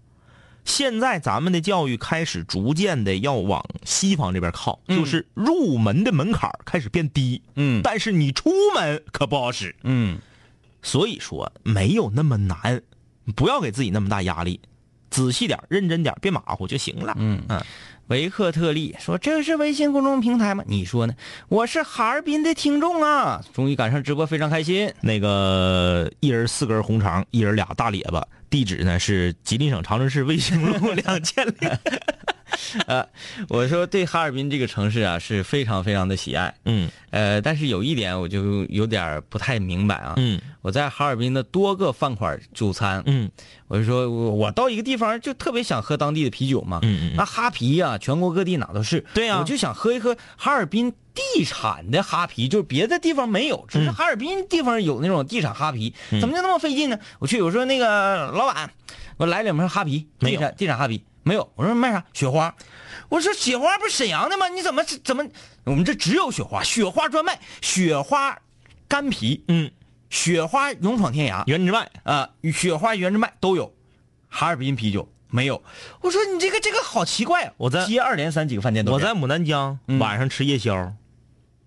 [SPEAKER 3] 现在咱们的教育开始逐渐的要往西方这边靠，就是入门的门槛儿开始变低，
[SPEAKER 5] 嗯
[SPEAKER 3] 但是你出门可不好使，
[SPEAKER 5] 嗯，
[SPEAKER 3] 所以说没有那么难，不要给自己那么大压力，仔细点儿，认真点儿，别马虎就行了。嗯嗯，
[SPEAKER 5] 维克特利说：“这是微信公众平台吗？”你说呢？我是哈尔滨的听众啊，终于赶上直播，非常开心。
[SPEAKER 3] 那个一人四根红肠，一人俩大列巴，地址呢是吉林省长春市卫星路两千零。
[SPEAKER 5] 我说对哈尔滨这个城市啊是非常非常的喜爱，
[SPEAKER 3] 嗯
[SPEAKER 5] 呃，但是有一点我就有点不太明白啊。
[SPEAKER 3] 嗯
[SPEAKER 5] 我在哈尔滨的多个饭馆就餐，
[SPEAKER 3] 嗯
[SPEAKER 5] 我就说我我到一个地方就特别想喝当地的啤酒嘛，
[SPEAKER 3] 嗯嗯
[SPEAKER 5] 那哈啤呀、全国各地哪都是。
[SPEAKER 3] 对呀
[SPEAKER 5] 我就想喝一喝哈尔滨地产的哈啤，就是别的地方没有，只是
[SPEAKER 3] 嗯
[SPEAKER 5] 哈尔滨地方有那种地产哈啤，怎么就那么费劲呢？我去，我说那个老板，我来两瓶哈啤，
[SPEAKER 3] 没
[SPEAKER 5] 地
[SPEAKER 3] 有
[SPEAKER 5] 产地产哈啤没有。我说卖啥？雪花。我说雪花不是沈阳的吗？你怎么怎么？我们这只有雪花，雪花专卖，雪花干啤，
[SPEAKER 3] 嗯，
[SPEAKER 5] 雪花勇闯天涯，
[SPEAKER 3] 原之外，
[SPEAKER 5] 啊、雪花、原汁麦都有，哈尔滨啤酒没有。我说你这个这个好奇怪啊！
[SPEAKER 3] 我在
[SPEAKER 5] 接二连三几个饭店都
[SPEAKER 3] 我
[SPEAKER 5] 这
[SPEAKER 3] 在
[SPEAKER 5] 样
[SPEAKER 3] 牡丹江
[SPEAKER 5] 嗯
[SPEAKER 3] 晚上吃夜宵，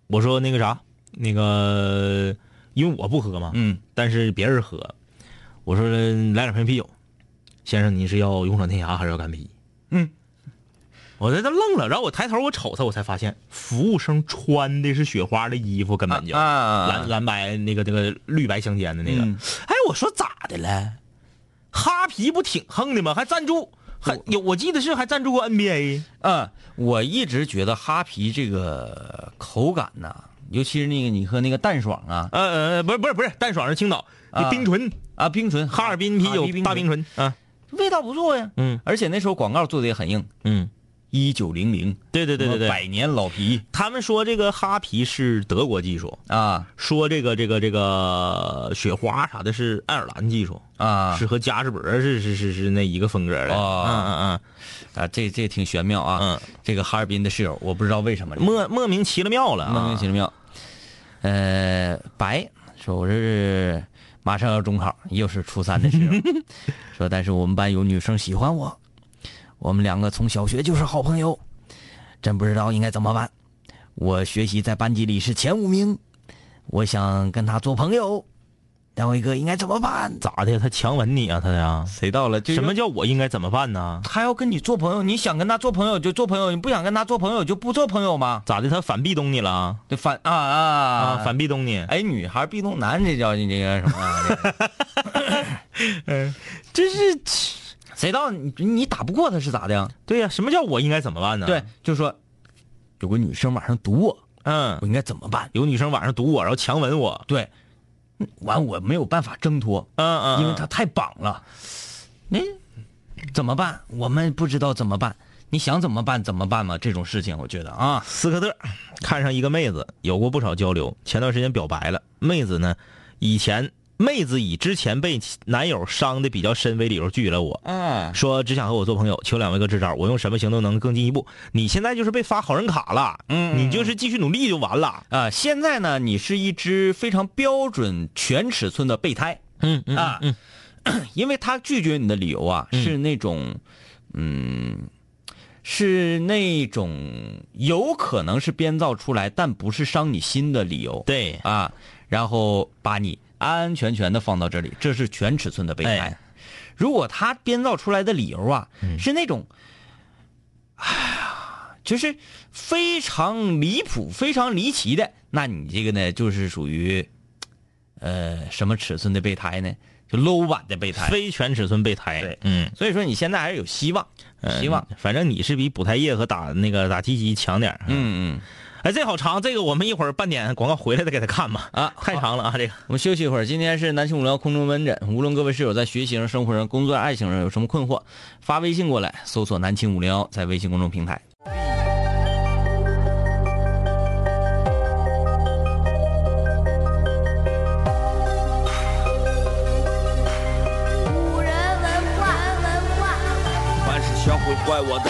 [SPEAKER 3] 我说那个啥，那个因为我不喝嘛，
[SPEAKER 5] 嗯
[SPEAKER 3] 但是别人喝，我说来两瓶啤酒，先生您是要勇闯天涯还是要干啤？
[SPEAKER 5] 嗯，
[SPEAKER 3] 我在这愣了，然后我抬头我瞅他，我才发现服务生穿的是雪花的衣服，根本就、
[SPEAKER 5] 啊啊
[SPEAKER 3] 蓝蓝白那个那个绿白相间的嗯那个，
[SPEAKER 5] 嗯
[SPEAKER 3] 哎，我说咋的了？哈皮不挺横的吗？还赞助，还有我记得是还赞助过 NBA。
[SPEAKER 5] 嗯，我一直觉得哈啤这个口感呐、尤其是那个你喝那个淡爽啊
[SPEAKER 3] 呃呃，不是不是不是，淡爽是青岛，
[SPEAKER 5] 啊
[SPEAKER 3] 冰醇，
[SPEAKER 5] 啊冰醇，
[SPEAKER 3] 哈尔滨啤酒大冰醇啊，
[SPEAKER 5] 味道不错呀。
[SPEAKER 3] 嗯
[SPEAKER 5] 而且那时候广告做的也很硬，
[SPEAKER 3] 嗯，
[SPEAKER 5] 一九零零，
[SPEAKER 3] 对对对对
[SPEAKER 5] 百
[SPEAKER 3] 对，
[SPEAKER 5] 年老啤
[SPEAKER 3] 他们说这个哈啤是德国技术，
[SPEAKER 5] 啊
[SPEAKER 3] 说这个这个这个雪花啥的是爱尔兰技术，
[SPEAKER 5] 啊
[SPEAKER 3] 是和嘉士伯是是是是那一个风格的，
[SPEAKER 5] 哦
[SPEAKER 3] 嗯嗯
[SPEAKER 5] 啊，这这挺玄妙啊。
[SPEAKER 3] 嗯
[SPEAKER 5] 这个哈尔滨的室友，我不知道为什么
[SPEAKER 3] 嗯，莫莫名其了妙了啊，
[SPEAKER 5] 莫名其妙。呃，白说我是马上要中考，又是初三的时 候，说但是我们班有女生喜欢我，我们两个从小学就是好朋友，真不知道应该怎么办。我学习在班级里是前五名，我想跟她做朋友，大卫哥应该怎么办？
[SPEAKER 3] 咋的？他强吻你啊？他呀？
[SPEAKER 5] 谁到了？
[SPEAKER 3] 什么叫我应该怎么办呢？
[SPEAKER 5] 他要跟你做朋友，你想跟他做朋友就做朋友，你不想跟他做朋友就不做朋友吗？
[SPEAKER 3] 咋的？他反壁咚你了
[SPEAKER 5] 对反啊啊
[SPEAKER 3] 啊？反壁咚你？
[SPEAKER 5] 哎，女孩壁咚男，这叫你这个什么、啊？这个
[SPEAKER 3] 这是
[SPEAKER 5] 谁到你你打不过他是咋的呀？
[SPEAKER 3] 对呀、什么叫我应该怎么办呢？
[SPEAKER 5] 对，，就说有个女生晚上堵我，
[SPEAKER 3] 嗯
[SPEAKER 5] 我，应该怎么办？
[SPEAKER 3] 有女生晚上堵我，然后强吻我，
[SPEAKER 5] 对，嗯完我没有办法挣脱，
[SPEAKER 3] 嗯嗯，
[SPEAKER 5] 因为她太绑了。那、怎么办？我们不知道怎么办。你想怎么办怎么办嘛？这种事情我觉得啊，
[SPEAKER 3] 斯科特看上一个妹子，有过不少交流。前段时间表白了，妹子呢，以前妹子以之前被男友伤的比较深为理由拒绝了我，
[SPEAKER 5] 嗯，
[SPEAKER 3] 说只想和我做朋友，求两位哥支招，我用什么行动能更进一步？你现在就是被发好人卡了，
[SPEAKER 5] 嗯嗯
[SPEAKER 3] 你就是继续努力就完了。
[SPEAKER 5] 啊、现在呢，你是一只非常标准全尺寸的备胎，
[SPEAKER 3] 嗯
[SPEAKER 5] 啊， 因为他拒绝你的理由啊，是那种，嗯，是那种有可能是编造出来，但不是伤你心的理由，
[SPEAKER 3] 对，
[SPEAKER 5] 啊，然后把你安安全全的放到这里，这是全尺寸的备胎。
[SPEAKER 3] 哎嗯
[SPEAKER 5] 如果他编造出来的理由啊，是那种，哎呀，就是非常离谱、非常离奇的，那你这个呢，就是属于，呃，什么尺寸的备胎呢？就 low 版的备胎。
[SPEAKER 3] 非全尺寸备胎。
[SPEAKER 5] 对
[SPEAKER 3] 嗯，
[SPEAKER 5] 所以说你现在还是有希望，
[SPEAKER 3] 嗯
[SPEAKER 5] 希望。，
[SPEAKER 3] 反正你是比补胎液和打那个打鸡鸡强点儿。
[SPEAKER 5] 嗯嗯，
[SPEAKER 3] 哎，这好长，这个我们一会儿半点广告回来再给他看吧。
[SPEAKER 5] 啊
[SPEAKER 3] 太长了啊，这个。
[SPEAKER 5] 我们休息一会儿。今天是南青五聊空中门诊，无论各位室友在学习上、生活上、工作、爱情上有什么困惑，发微信过来，搜索“南青五零幺”在微信公众平台。
[SPEAKER 6] 古人文化，文化。
[SPEAKER 7] 凡是想毁坏我的，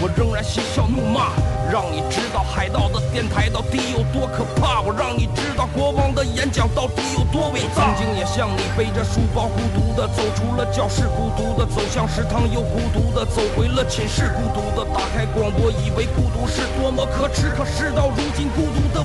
[SPEAKER 7] 我仍然嬉笑怒骂，让你知道海盗的电台到底有多可怕，我让你知道国王的演讲到底有多伟大。曾经也像你背着书包孤独的走出了教室，孤独的走向食堂，又孤独的走回了寝室，孤独的打开广播，以为孤独是多么可耻，可事到如今，孤独的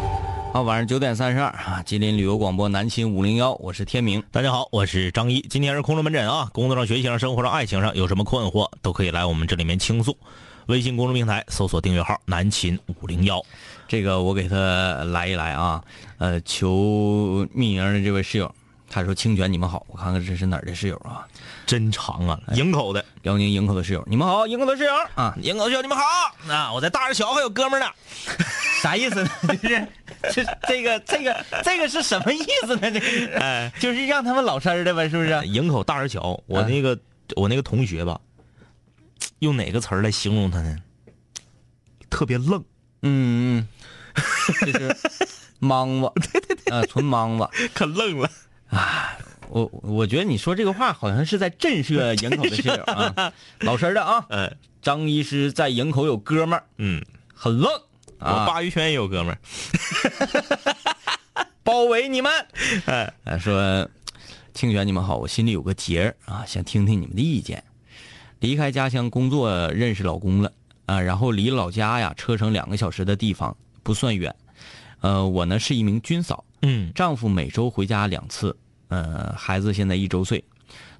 [SPEAKER 5] 好，晚上九点三十二啊，吉林旅游广播南秦五零幺，我是天明。
[SPEAKER 3] 大家好，我是张一，今天是空中门诊啊，工作上、学习上、生活上、爱情上有什么困惑，都可以来我们这里面倾诉。微信公众平台搜索订阅号“南秦五零幺
[SPEAKER 5] 这个我给他来一来啊，呃，求匿名的这位室友，他说：“清泉，你们好，我看看这是哪儿的室友啊？””，
[SPEAKER 3] 真长啊，营口的，
[SPEAKER 5] 辽宁营口的室友，你们好，营口的室友啊，
[SPEAKER 3] 营口的兄弟们好啊！我在大人小还有哥们儿呢，
[SPEAKER 5] 啥意思呢？ 就是这这个这个这个是什么意思呢？这个
[SPEAKER 3] 哎，
[SPEAKER 5] 就是让他们老实儿的呗，是不是？
[SPEAKER 3] 营口大人小，我那个、我那个同学吧，用哪个词儿来形容他呢？特别愣，
[SPEAKER 5] 嗯，嗯，就是莽子， 对对对，啊，纯莽子。
[SPEAKER 3] 可愣了。
[SPEAKER 5] 我我觉得你说这个话好像是在震慑营口的室友 啊，老实儿的啊。
[SPEAKER 3] 嗯
[SPEAKER 5] 张医师在营口有哥们儿，
[SPEAKER 3] 嗯，
[SPEAKER 5] 很愣
[SPEAKER 3] 我
[SPEAKER 5] 啊，
[SPEAKER 3] 鲅鱼圈也有哥们儿，
[SPEAKER 5] 包围你们。
[SPEAKER 3] 哎，
[SPEAKER 5] 啊，说清源你们好，我心里有个结儿啊，想听听你们的意见。离开家乡工作，认识老公了啊，然后离老家呀车程两个小时的地方不算远。呃，我呢是一名军嫂，
[SPEAKER 3] 嗯
[SPEAKER 5] 丈夫每周回家两次，呃，孩子现在一周岁，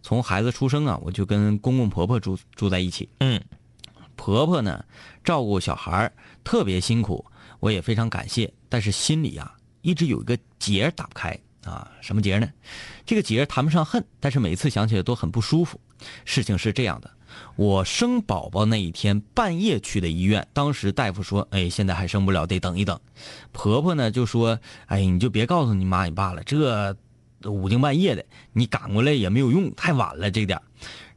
[SPEAKER 5] 从孩子出生啊，我就跟公公婆婆住住在一起。
[SPEAKER 3] 嗯，
[SPEAKER 5] 婆婆呢照顾小孩儿特别辛苦，我也非常感谢，但是心里啊一直有一个结儿打不开啊，什么结儿呢？这个结儿谈不上恨，但是每次想起来都很不舒服。事情是这样的，我生宝宝那一天半夜去的医院，当时大夫说，哎，现在还生不了，得等一等。婆婆呢就说，哎，你就别告诉你妈你爸了，这五更半夜的，你赶过来也没有用，太晚了这点儿。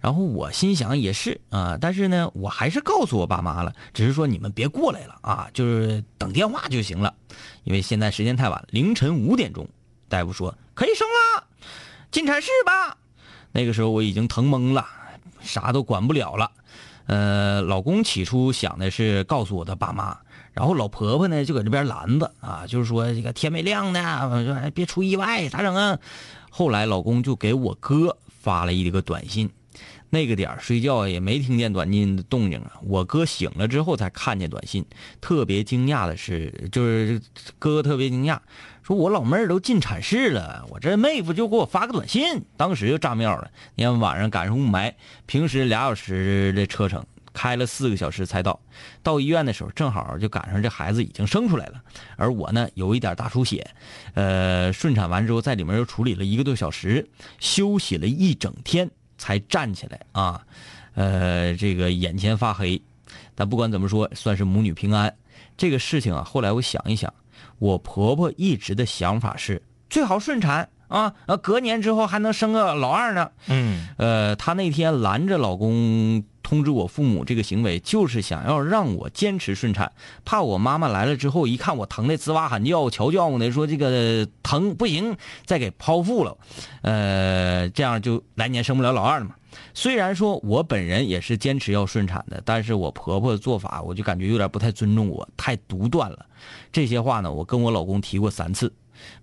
[SPEAKER 5] 然后我心想也是啊、但是呢，我还是告诉我爸妈了，只是说你们别过来了啊，就是等电话就行了，因为现在时间太晚了，凌晨五点钟，大夫说可以生了，进产室吧。那个时候我已经疼懵了，啥都管不了了。呃，老公起初想的是告诉我的爸妈，然后老婆婆呢就搁这边拦着啊，就是说这个天没亮呢，我说哎别出意外，咋整啊？后来老公就给我哥发了一个短信，那个点儿睡觉也没听见短信的动静啊。我哥醒了之后才看见短信，特别惊讶的是，就是哥特别惊讶，说我老妹儿都进产室了，我这妹夫就给我发个短信，当时就炸庙了。你看晚上赶上雾霾，平时俩小时的车程，开了四个小时才到。到医院的时候，正好就赶上这孩子已经生出来了，而我呢有一点大出血，呃，顺产完之后在里面又处理了一个多小时，休息了一整天才站起来啊，呃，这个眼前发黑，但不管怎么说，算是母女平安。这个事情啊，后来我想一想，我婆婆一直的想法是最好顺产啊，呃，隔年之后还能生个老二呢。
[SPEAKER 3] 嗯，
[SPEAKER 5] 呃，她那天拦着老公通知我父母这个行为，就是想要让我坚持顺产，怕我妈妈来了之后一看我疼的吱哇喊叫、瞧叫呢，说这个疼不行，再给剖腹了，呃，这样就来年生不了老二了嘛。虽然说我本人也是坚持要顺产的，但是我婆婆的做法，我就感觉有点不太尊重我，太独断了。这些话呢，我跟我老公提过三次，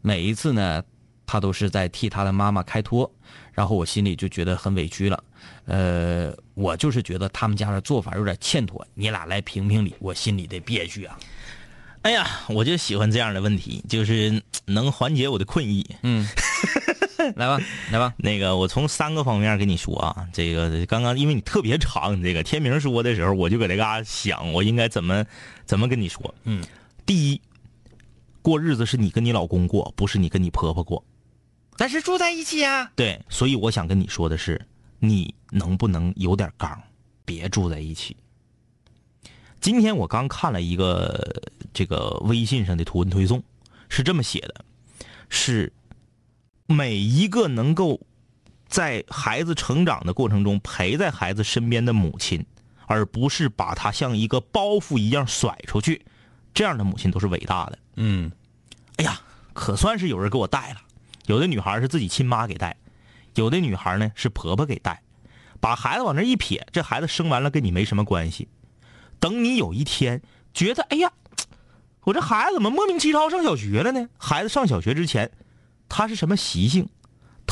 [SPEAKER 5] 每一次呢，他都是在替他的妈妈开脱，然后我心里就觉得很委屈了。呃，我就是觉得他们家的做法有点欠妥，你俩来评评理，我心里得憋屈 啊。
[SPEAKER 3] 哎呀，我就喜欢这样的问题，就是嗯能缓解我的困意。
[SPEAKER 5] 嗯，来吧，来吧，
[SPEAKER 3] 那个，我从三个方面跟你说啊，这个刚刚因为你特别长，你这个天明说的时候，我就搁这嘎想，我应该怎么怎么跟你说。
[SPEAKER 5] 嗯，
[SPEAKER 3] 第一，过日子是你跟你老公过，不是你跟你婆婆过。
[SPEAKER 5] 但是住在一起啊。
[SPEAKER 3] 对，所以我想跟你说的是，你能不能有点刚，别住在一起。今天我刚看了一个这个微信上的图文推送，是这么写的：是每一个能够在孩子成长的过程中陪在孩子身边的母亲，而不是把他像一个包袱一样甩出去，这样的母亲都是伟大的。
[SPEAKER 5] 嗯
[SPEAKER 3] 哎呀，可算是有人给我带了。有的女孩是自己亲妈给带，有的女孩呢是婆婆给带，把孩子往那一撇，这孩子生完了跟你没什么关系。等你有一天觉得，哎呀，我这孩子怎么莫名其妙上小学了呢？孩子上小学之前，他是什么习性？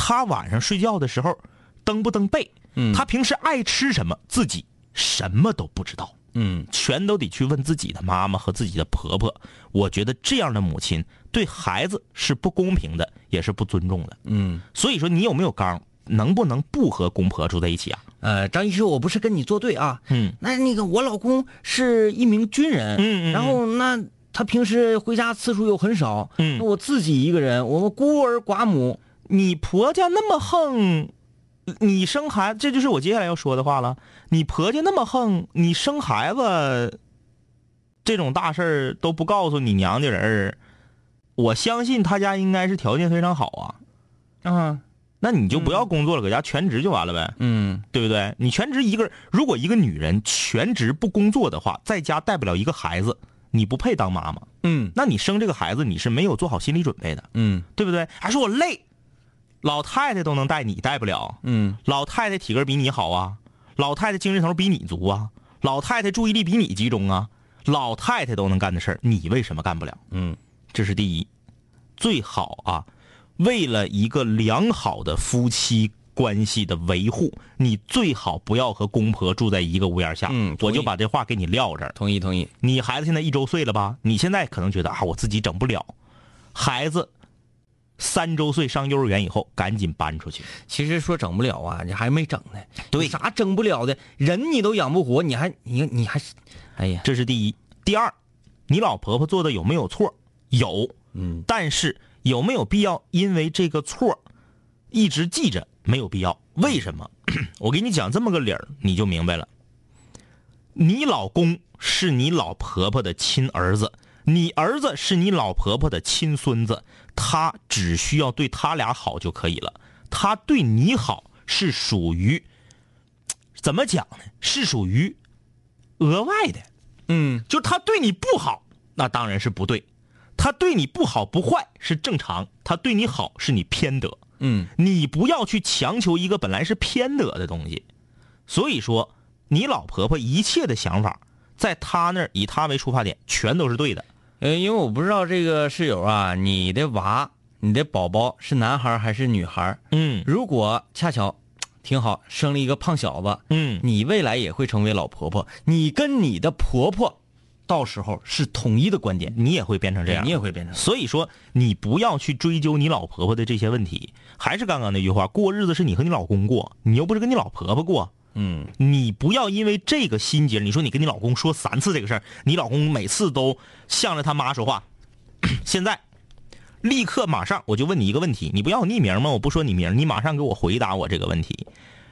[SPEAKER 3] 他晚上睡觉的时候蹬不蹬被？
[SPEAKER 5] 嗯
[SPEAKER 3] 他平时爱吃什么？自己什么都不知道。
[SPEAKER 5] 嗯
[SPEAKER 3] 全都得去问自己的妈妈和自己的婆婆。我觉得这样的母亲对孩子是不公平的，也是不尊重的。
[SPEAKER 5] 嗯，
[SPEAKER 3] 所以说，你有没有刚？能不能不和公婆住在一起啊？
[SPEAKER 5] 呃，张医师，我不是跟你作对啊。
[SPEAKER 3] 嗯，
[SPEAKER 5] 那那个我老公是一名军人，
[SPEAKER 3] 嗯嗯嗯
[SPEAKER 5] 然后那他平时回家次数又很少，
[SPEAKER 3] 嗯
[SPEAKER 5] 那我自己一个人，我们孤儿寡母，
[SPEAKER 3] 你婆家那么横，你生孩子，这就是我接下来要说的话了。你婆家那么横，你生孩子这种大事儿都不告诉你娘家人儿，我相信他家应该是条件非常好啊。
[SPEAKER 5] 啊，
[SPEAKER 3] 那你就不要工作了，搁家全职就完了呗。
[SPEAKER 5] 嗯
[SPEAKER 3] 对不对？你全职一个，如果一个女人全职不工作的话，在家带不了一个孩子，你不配当妈妈。
[SPEAKER 5] 嗯
[SPEAKER 3] 那你生这个孩子，你是没有做好心理准备的，
[SPEAKER 5] 嗯
[SPEAKER 3] 对不对？还说我累，老太太都能带你带不了，
[SPEAKER 5] 嗯
[SPEAKER 3] 老太太体格比你好啊，老太太精神头比你足啊，老太太注意力比你集中啊，老太太都能干的事儿，你为什么干不了？
[SPEAKER 5] 嗯
[SPEAKER 3] 这是第一。最好啊，为了一个良好的夫妻关系的维护，你最好不要和公婆住在一个屋檐下。
[SPEAKER 5] 嗯同
[SPEAKER 3] 我
[SPEAKER 5] 意
[SPEAKER 3] 就把这话给你撂这儿。
[SPEAKER 5] 同意同意，
[SPEAKER 3] 你孩子现在一周岁了吧？你现在可能觉得啊，我自己整不了。孩子三周岁上幼儿园以后，赶紧搬出去。
[SPEAKER 5] 其实说整不了啊，你还没整呢。
[SPEAKER 3] 对
[SPEAKER 5] 有啥整不了的？人你都养不活，你还你你还，哎呀，
[SPEAKER 3] 这是第一。第二，你老婆婆做的有没有错？有，
[SPEAKER 5] 嗯，
[SPEAKER 3] 但是有没有必要因为这个错儿一直记着？没有必要。为什么？ 我给你讲这么个理儿，你就明白了。你老公是你老婆婆的亲儿子，你儿子是你老婆婆的亲孙子，他只需要对他俩好就可以了。他对你好是属于怎么讲呢？是属于额外的。
[SPEAKER 5] 嗯，
[SPEAKER 3] 就他对你不好，那当然是不对；他对你不好不坏是正常，他对你好是你偏得。
[SPEAKER 5] 嗯，
[SPEAKER 3] 你不要去强求一个本来是偏得的东西。所以说，你老婆婆一切的想法，在她那儿以她为出发点，全都是对的。
[SPEAKER 5] 呃，因为我不知道这个室友啊，你的娃，你的宝宝是男孩儿还是女孩儿？
[SPEAKER 3] 嗯
[SPEAKER 5] 如果恰巧挺好，生了一个胖小子，
[SPEAKER 3] 嗯，
[SPEAKER 5] 你未来也会成为老婆婆，你跟你的婆婆到时候是统一的观点，
[SPEAKER 3] 你也会变成这样，
[SPEAKER 5] 你也会变成
[SPEAKER 3] 所以说，你不要去追究你老婆婆的这些问题。还是刚刚那句话，过日子是你和你老公过，你又不是跟你老婆婆过。
[SPEAKER 5] 嗯，
[SPEAKER 3] 你不要因为这个心结，你说你跟你老公说三次这个事儿，你老公每次都向着他妈说话。 现在，立刻马上我就问你一个问题，你不要匿名吗？我不说你名，你马上给我回答我这个问题。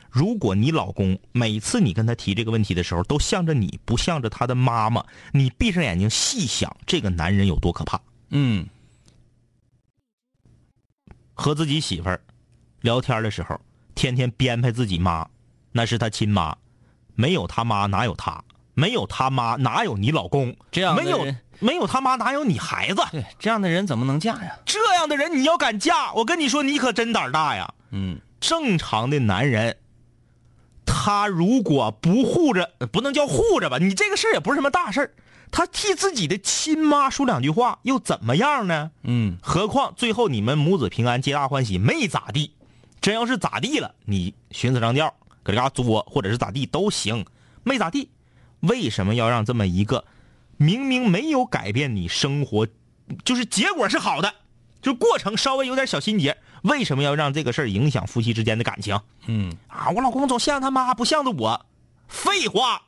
[SPEAKER 3] 如果你老公每次你跟他提这个问题的时候，都向着你，不向着他的妈妈，你闭上眼睛细想，这个男人有多可怕？
[SPEAKER 5] 嗯
[SPEAKER 3] 和自己媳妇儿聊天的时候，天天编排自己妈，那是他亲妈，没有他妈哪有他，没有他妈哪有你老公，
[SPEAKER 5] 这样的
[SPEAKER 3] 没有
[SPEAKER 5] 人
[SPEAKER 3] 没有他妈哪有你孩 子，
[SPEAKER 5] 对，这样的人怎么能嫁呀？
[SPEAKER 3] 这样的人你要敢嫁，我跟你说你可真胆儿大呀！
[SPEAKER 5] 嗯，
[SPEAKER 3] 正常的男人，他如果不护着，呃不能叫护着吧，你这个事儿也不是什么大事儿，他替自己的亲妈说两句话又怎么样呢？
[SPEAKER 5] 嗯，
[SPEAKER 3] 何况最后你们母子平安，皆大欢喜，没咋地。真要是咋地了，你寻死上吊，搁这嘎作，或者是咋地都行，没咋地。为什么要让这么一个明明没有改变你生活，就是结果是好的，就过程稍微有点小心结，为什么要让这个事儿影响夫妻之间的感情？
[SPEAKER 5] 嗯，
[SPEAKER 3] 啊，我老公总向着他妈，不向着我，废话。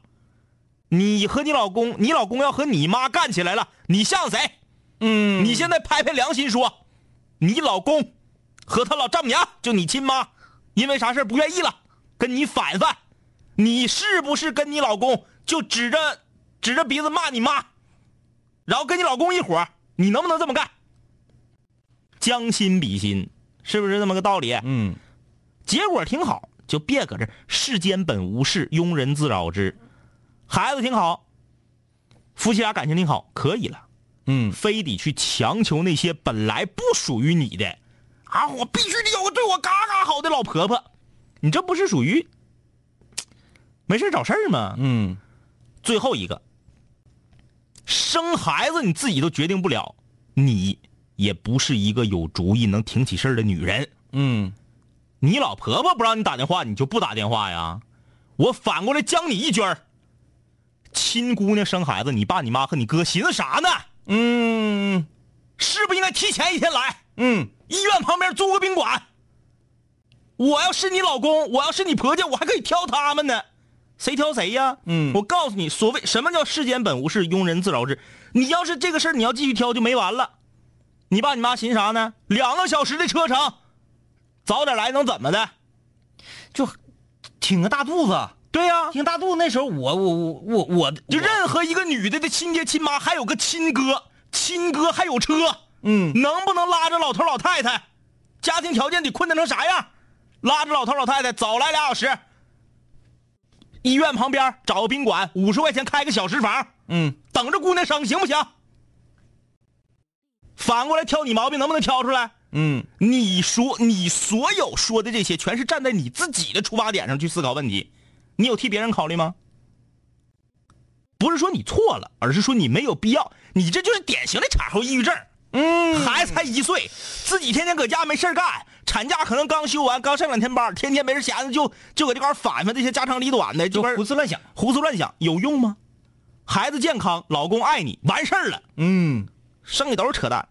[SPEAKER 3] 你和你老公，你老公要和你妈干起来了，你像谁？
[SPEAKER 5] 嗯，
[SPEAKER 3] 你现在拍拍良心说，你老公和他老丈母娘，就你亲妈，因为啥事儿不愿意了，跟你反反，你是不是跟你老公就指着指着鼻子骂你妈，然后跟你老公一伙儿你能不能这么干？将心比心，是不是这么个道理？
[SPEAKER 5] 嗯，
[SPEAKER 3] 结果挺好，就别搁这儿世间本无事，庸人自扰之。孩子挺好，夫妻俩感情挺好，可以了。
[SPEAKER 5] 嗯，
[SPEAKER 3] 非得去强求那些本来不属于你的，啊，我必须得有个对我嘎嘎好的老婆婆，你这不是属于没事儿找事儿吗？
[SPEAKER 5] 嗯，
[SPEAKER 3] 最后一个，生孩子你自己都决定不了，你也不是一个有主意能挺起事儿的女人。
[SPEAKER 5] 嗯，
[SPEAKER 3] 你老婆婆不让你打电话，你就不打电话呀？我反过来将你一军儿。亲姑娘生孩子，你爸、你妈和你哥寻思啥呢？
[SPEAKER 5] 嗯，
[SPEAKER 3] 是不是应该提前一天来？
[SPEAKER 5] 嗯，
[SPEAKER 3] 医院旁边租个宾馆。我要是你老公，我要是你婆家，我还可以挑他们呢，谁挑谁呀？
[SPEAKER 5] 嗯
[SPEAKER 3] 我告诉你，所谓什么叫世间本无事，庸人自扰之。你要是这个事儿，你要继续挑就没完了。你爸你妈寻啥呢？两个小时的车程，早点来能怎么的？
[SPEAKER 5] 就挺个大肚子，
[SPEAKER 3] 对呀、
[SPEAKER 5] 挺大肚子。那时候我我我我我
[SPEAKER 3] 就任何一个女的的亲爹亲妈，还有个亲哥，亲哥还有车，
[SPEAKER 5] 嗯
[SPEAKER 3] 能不能拉着老头老太太？家庭条件得困难成啥样？拉着老头老太太早来俩小时，医院旁边找个宾馆，五十块钱开个小时房，
[SPEAKER 5] 嗯
[SPEAKER 3] 等着姑娘生，行不行？反过来挑你毛病，能不能挑出来？
[SPEAKER 5] 嗯
[SPEAKER 3] 你说你所有说的这些，全是站在你自己的出发点上去思考问题，你有替别人考虑吗？不是说你错了，而是说你没有必要，你这就是典型的产后抑郁症。嗯，孩子才一岁，自己天天搁家没事儿干，产假可能刚休完，刚上两天班，天天没人闲着就就搁这块儿反反这些家长里短的，就胡思乱想，胡思乱想有用吗？孩子健康，老公爱你，完事儿了，
[SPEAKER 5] 嗯，
[SPEAKER 3] 剩下都是扯淡。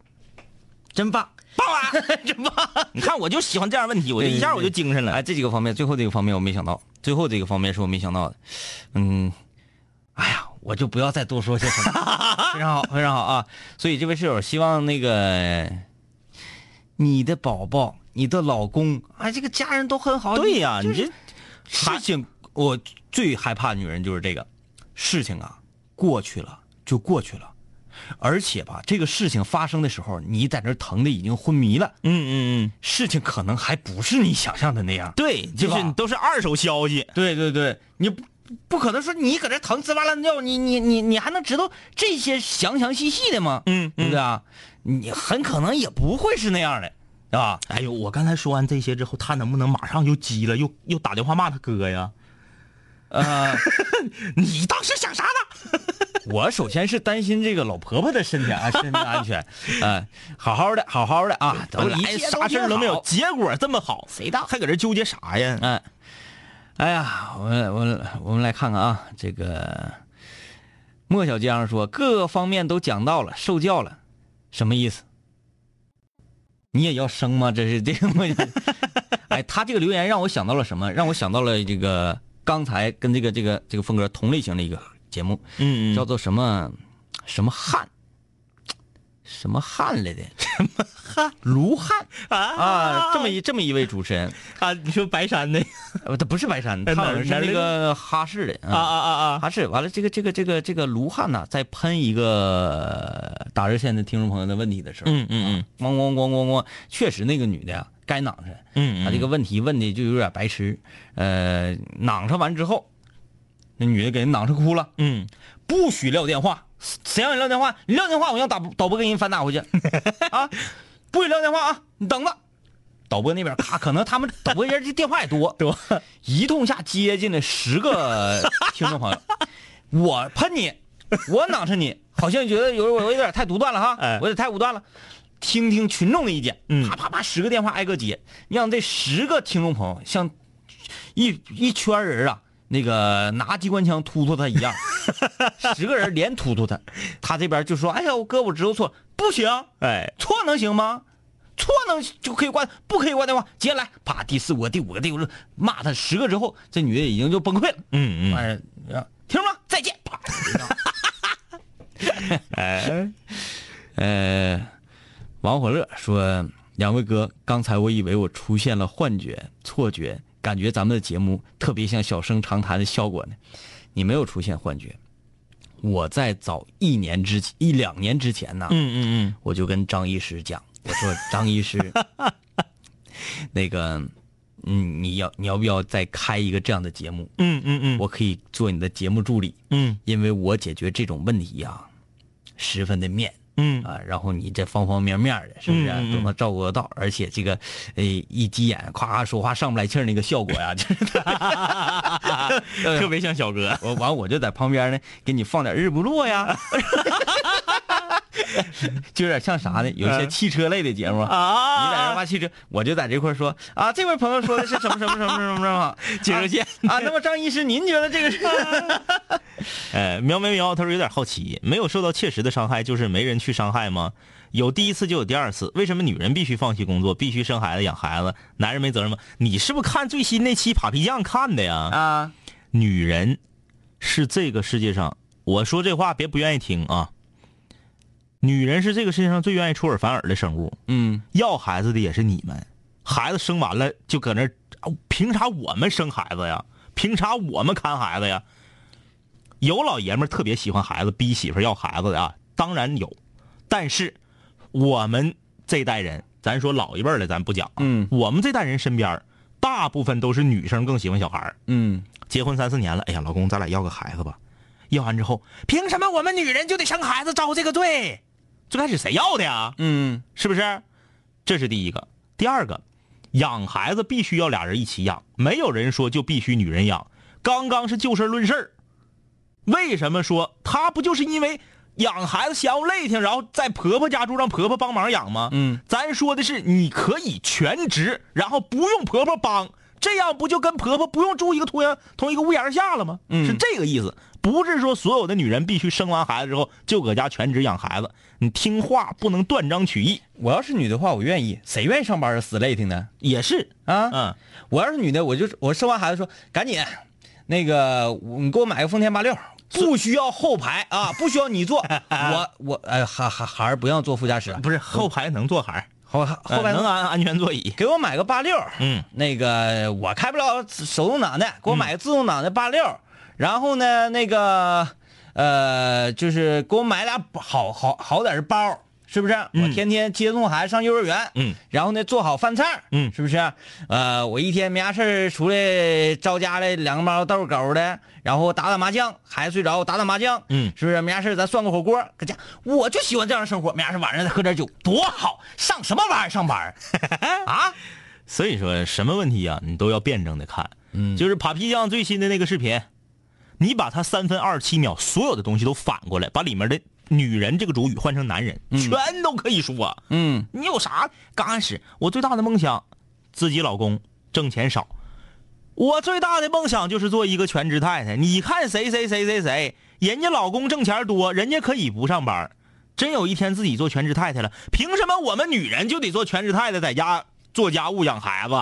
[SPEAKER 5] 真棒。
[SPEAKER 3] 棒啊，真棒！你看，我就喜欢这样问题，我就一下我就精神了
[SPEAKER 5] 哎，。这几个方面，最后这个方面我没想到，最后这个方面是我没想到的。嗯，哎呀，我就不要再多说些什么了，非常好，非常好啊！所以这位室友，希望那个你的宝宝、你的老公啊，这个家人都很好。
[SPEAKER 3] 对呀，
[SPEAKER 5] 就
[SPEAKER 3] 你
[SPEAKER 5] 是
[SPEAKER 3] 这
[SPEAKER 5] 事情，我最害怕女人就是这个事情啊，过去了就过去了，而且吧，这个事情发生的时候，你在那儿疼的已经昏迷了，
[SPEAKER 3] 嗯嗯嗯，
[SPEAKER 5] 事情可能还不是你想象的那样。
[SPEAKER 3] 对，就
[SPEAKER 5] 吧
[SPEAKER 3] 是你都是二手消息。
[SPEAKER 5] 对对对，你不不可能说你搁这疼滋哇乱叫，你你你你还能知道这些详详细细的吗？
[SPEAKER 3] 嗯
[SPEAKER 5] 对不对啊？你很可能也不会是那样的，啊。
[SPEAKER 3] 哎呦，我刚才说完这些之后，他能不能马上就急了，又又打电话骂他哥呀？
[SPEAKER 5] 呃，
[SPEAKER 3] 你当时想啥呢？
[SPEAKER 5] 我首先是担心这个老婆婆的身体啊安、身体 安全，呃，好好的，好好的啊，都
[SPEAKER 3] 本
[SPEAKER 5] 一
[SPEAKER 3] 来
[SPEAKER 5] 切
[SPEAKER 3] 哎啥事儿都没有，
[SPEAKER 5] 挺
[SPEAKER 3] 结
[SPEAKER 5] 好。
[SPEAKER 3] 果这么好，谁当还搁这纠结啥呀？
[SPEAKER 5] 嗯、哎呀，我们我们我们来看看啊，这个莫小江说各个方面都讲到了，受教了，什么意思？你也要生吗？这是这个莫小，哎，他这个留言让我想到了什么？让我想到了这个刚才跟这个这个这个峰哥同类型的一个节目，
[SPEAKER 3] 嗯
[SPEAKER 5] 叫做什么什么汉，什么汉来的，什么汉，卢汉啊，这么一这么一位主持人，
[SPEAKER 3] 啊，你说白山的
[SPEAKER 5] 呃他不是白山，
[SPEAKER 3] 哎
[SPEAKER 5] 他好像是
[SPEAKER 3] 哪儿哪儿
[SPEAKER 5] 那个哈市的
[SPEAKER 3] 啊啊啊啊，
[SPEAKER 5] 哈市。完了，这个这个这个这个卢汉呐，在喷一个呃打热线的听众朋友的问题的时候，
[SPEAKER 3] 嗯嗯
[SPEAKER 5] 咣咣咣咣咣，确实那个女的呀该囊上，
[SPEAKER 3] 嗯
[SPEAKER 5] 她这个问题问的就有点白痴，呃，囊上完之后，那女的给人囊上哭了。
[SPEAKER 3] 嗯
[SPEAKER 5] 不许撂电话，谁让你撂电话？你撂电话，我让导导播给你反打 回去啊！不许撂电话啊！你等着，导播那边咔，可能他们导播人这电话也 多多，一通下接近了十个听众朋友。我喷你，我囊着你，好像觉得有我有点太独断了哈，
[SPEAKER 3] 哎
[SPEAKER 5] 我有点太武断了。听听群众的意见，
[SPEAKER 3] 嗯
[SPEAKER 5] 啪啪啪，十个电话挨个接，让这十个听众朋友像一一圈人啊，那个拿机关枪突突他一样，十个人连突突他，他这边就说：“哎呀，我哥，我知道错了，不行，
[SPEAKER 3] 哎，
[SPEAKER 5] 错能行吗？错能就可以挂，不可以挂电话。”接下来，啪，第四个、第五个、第五个，骂他十个之后，这女的已经就崩溃了。
[SPEAKER 3] 嗯嗯，
[SPEAKER 5] 哎，听众们再见。 啪，
[SPEAKER 3] 哎，
[SPEAKER 5] 呃，王火乐说：“两位哥，刚才我以为我出现了幻觉、错觉，感觉咱们的节目特别像小生长谈的效果呢。你没有出现幻觉，我在早一年之一两年之前呢，
[SPEAKER 3] 嗯嗯
[SPEAKER 5] 我就跟张医师讲，我 说张医师，那个，嗯，你要你要不要再开一个这样的节目？
[SPEAKER 3] 嗯嗯嗯，
[SPEAKER 5] 我可以做你的节目助理，
[SPEAKER 3] 嗯
[SPEAKER 5] 因为我解决这种问题呀、十分的面。”
[SPEAKER 3] 嗯
[SPEAKER 5] 啊，然后你这方方面面的，是不是、
[SPEAKER 3] 嗯嗯嗯
[SPEAKER 5] 都能照顾得到？而且这个，呃，一急眼，夸说话上不来气儿那个效果呀， 就是
[SPEAKER 3] 特别像小哥，
[SPEAKER 5] 我完我就在旁边呢，给你放点日不落呀， 就有点像啥呢？有一些
[SPEAKER 3] 嗯
[SPEAKER 5] 汽车类的节目
[SPEAKER 3] 啊
[SPEAKER 5] 你在这挖汽车，我就在这块儿说啊，这位朋友说的是什么什么什么什么什 么，
[SPEAKER 3] 接热线
[SPEAKER 5] 啊啊。那么张医师，您觉得这个是？
[SPEAKER 3] 哎，喵喵喵，他说有点好奇，没有受到切实的伤害，就是没人去伤害吗？有第一次就有第二次，为什么女人必须放弃工作，必须生孩子养孩子，男人没责任吗？你是不是看最新那期扒皮酱看的呀？
[SPEAKER 5] 啊，
[SPEAKER 3] 女人是这个世界上，我说这话别不愿意听啊。女人是这个世界上最愿意出尔反尔的生物，
[SPEAKER 5] 嗯
[SPEAKER 3] 要孩子的也是你们，孩子生完了就搁那儿，啊凭啥我们生孩子呀？凭啥我们看孩子呀？有老爷们儿特别喜欢孩子，逼媳妇儿要孩子的啊，当然有，但是我们这代人，咱说老一辈儿的咱不讲啊，
[SPEAKER 5] 嗯
[SPEAKER 3] 我们这代人身边儿大部分都是女生更喜欢小孩儿，
[SPEAKER 5] 嗯，
[SPEAKER 3] 结婚三四年了，哎呀，老公，咱俩要个孩子吧。要完之后，凭什么我们女人就得生孩子，遭这个罪？最开始谁要的呀？
[SPEAKER 5] 嗯
[SPEAKER 3] 是不是？这是第一个。第二个，养孩子必须要俩人一起养，没有人说就必须女人养。刚刚是就事论事儿，为什么说她不就是因为养孩子嫌乎累挺，然后在婆婆家住，让婆婆帮忙养吗？
[SPEAKER 5] 嗯，
[SPEAKER 3] 咱说的是你可以全职，然后不用婆婆帮，这样不就跟婆婆不用住一个同样同一个屋檐下了吗？
[SPEAKER 5] 嗯
[SPEAKER 3] 是这个意思，不是说所有的女人必须生完孩子之后就搁家全职养孩子，你听话不能断章取义，
[SPEAKER 5] 我要是女的话，我愿意。谁愿意上班啊？死累挺的
[SPEAKER 3] 也是，
[SPEAKER 5] 啊！
[SPEAKER 3] 嗯，
[SPEAKER 5] 我要是女的，我就我生完孩子说赶紧，那个我你给我买个丰田八六，不需要后排啊，不需要你 坐。我我哎，孩孩孩儿不让坐副驾驶，
[SPEAKER 3] 啊
[SPEAKER 5] 啊
[SPEAKER 3] 不是后排能坐孩儿，
[SPEAKER 5] 后后
[SPEAKER 3] 呃
[SPEAKER 5] 排
[SPEAKER 3] 能安安全座椅，
[SPEAKER 5] 给我买个八六，
[SPEAKER 3] 嗯，
[SPEAKER 5] 那个我开不了手动挡的，给我买个自动挡的八六、然后呢，那个呃，就是给我买俩好好好点的包，是不是？我
[SPEAKER 3] 嗯
[SPEAKER 5] 天天接送孩子上幼儿园，
[SPEAKER 3] 嗯，
[SPEAKER 5] 然后呢，做好饭菜儿，
[SPEAKER 3] 嗯
[SPEAKER 5] 是不是？呃，我一天没啥事儿出来招家来两个猫逗狗的，然后打打麻将，孩子睡着我打打麻将，
[SPEAKER 3] 嗯
[SPEAKER 5] 是不是？没啥事儿咱涮个火锅，搁家我就喜欢这样的生活，没啥事儿晚上再喝点酒，多好！上什么玩意儿上班儿啊？
[SPEAKER 3] 所以说什么问题啊，你都要辩证的看。嗯，就是扒皮酱最新的那个视频，你把它三分二十七秒所有的东西都反过来，把里面的女人这个主语换成男人，全都可以说。啊
[SPEAKER 5] 嗯
[SPEAKER 3] 你有啥？刚开始我最大的梦想，自己老公挣钱少。我最大的梦想就是做一个全职太太。你看谁谁谁谁谁，人家老公挣钱多，人家可以不上班儿。真有一天自己做全职太太了，凭什么我们女人就得做全职太太，在家做家务养孩子？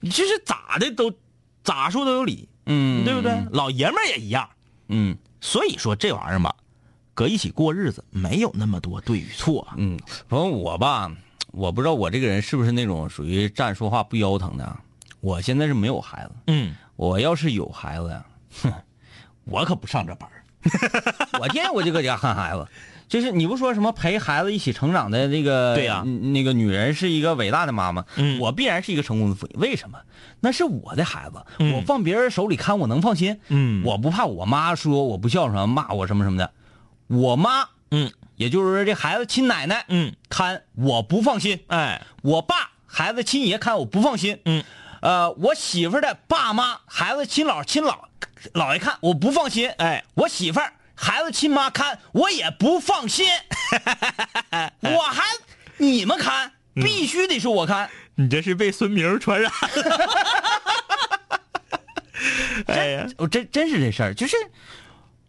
[SPEAKER 3] 你这是咋的都，咋说都有理，
[SPEAKER 5] 嗯
[SPEAKER 3] 对不对？？老爷们儿也一样。
[SPEAKER 5] 嗯
[SPEAKER 3] 所以说这玩意儿吧，搁一起过日子没有那么多对与错。
[SPEAKER 5] 嗯，反正我吧，我不知道我这个人是不是那种属于站着说话不腰疼的啊。我现在是没有孩子，
[SPEAKER 3] 嗯，
[SPEAKER 5] 我要是有 孩子呀，哼，我可不上这班儿我天天我就搁家看孩子。就是你不说什么陪孩子一起成长的那个
[SPEAKER 3] 对呀
[SPEAKER 5] 嗯那个女人是一个伟大的妈妈，
[SPEAKER 3] 嗯
[SPEAKER 5] 我必然是一个成功的父亲。为什么？那是我的孩子，
[SPEAKER 3] 嗯
[SPEAKER 5] 我放别人手里看，我能放心。
[SPEAKER 3] 嗯
[SPEAKER 5] 我不怕我妈说我不孝顺，骂我什么什么的。我妈，
[SPEAKER 3] 嗯，
[SPEAKER 5] 也就是说这孩子亲奶奶，
[SPEAKER 3] 嗯，
[SPEAKER 5] 看我不放心。
[SPEAKER 3] 哎，
[SPEAKER 5] 我爸孩子亲爷看我不放心，
[SPEAKER 3] 嗯，
[SPEAKER 5] 呃，我媳妇儿的爸妈孩子亲姥亲姥姥爷看我不放心，
[SPEAKER 3] 哎，
[SPEAKER 5] 我媳妇儿孩子亲妈看我也不 放心，我还你们看
[SPEAKER 3] 嗯
[SPEAKER 5] 必须得是我看，
[SPEAKER 3] 你这是被孙明传染了。哎呀，
[SPEAKER 5] 我哦真真是这事儿，就是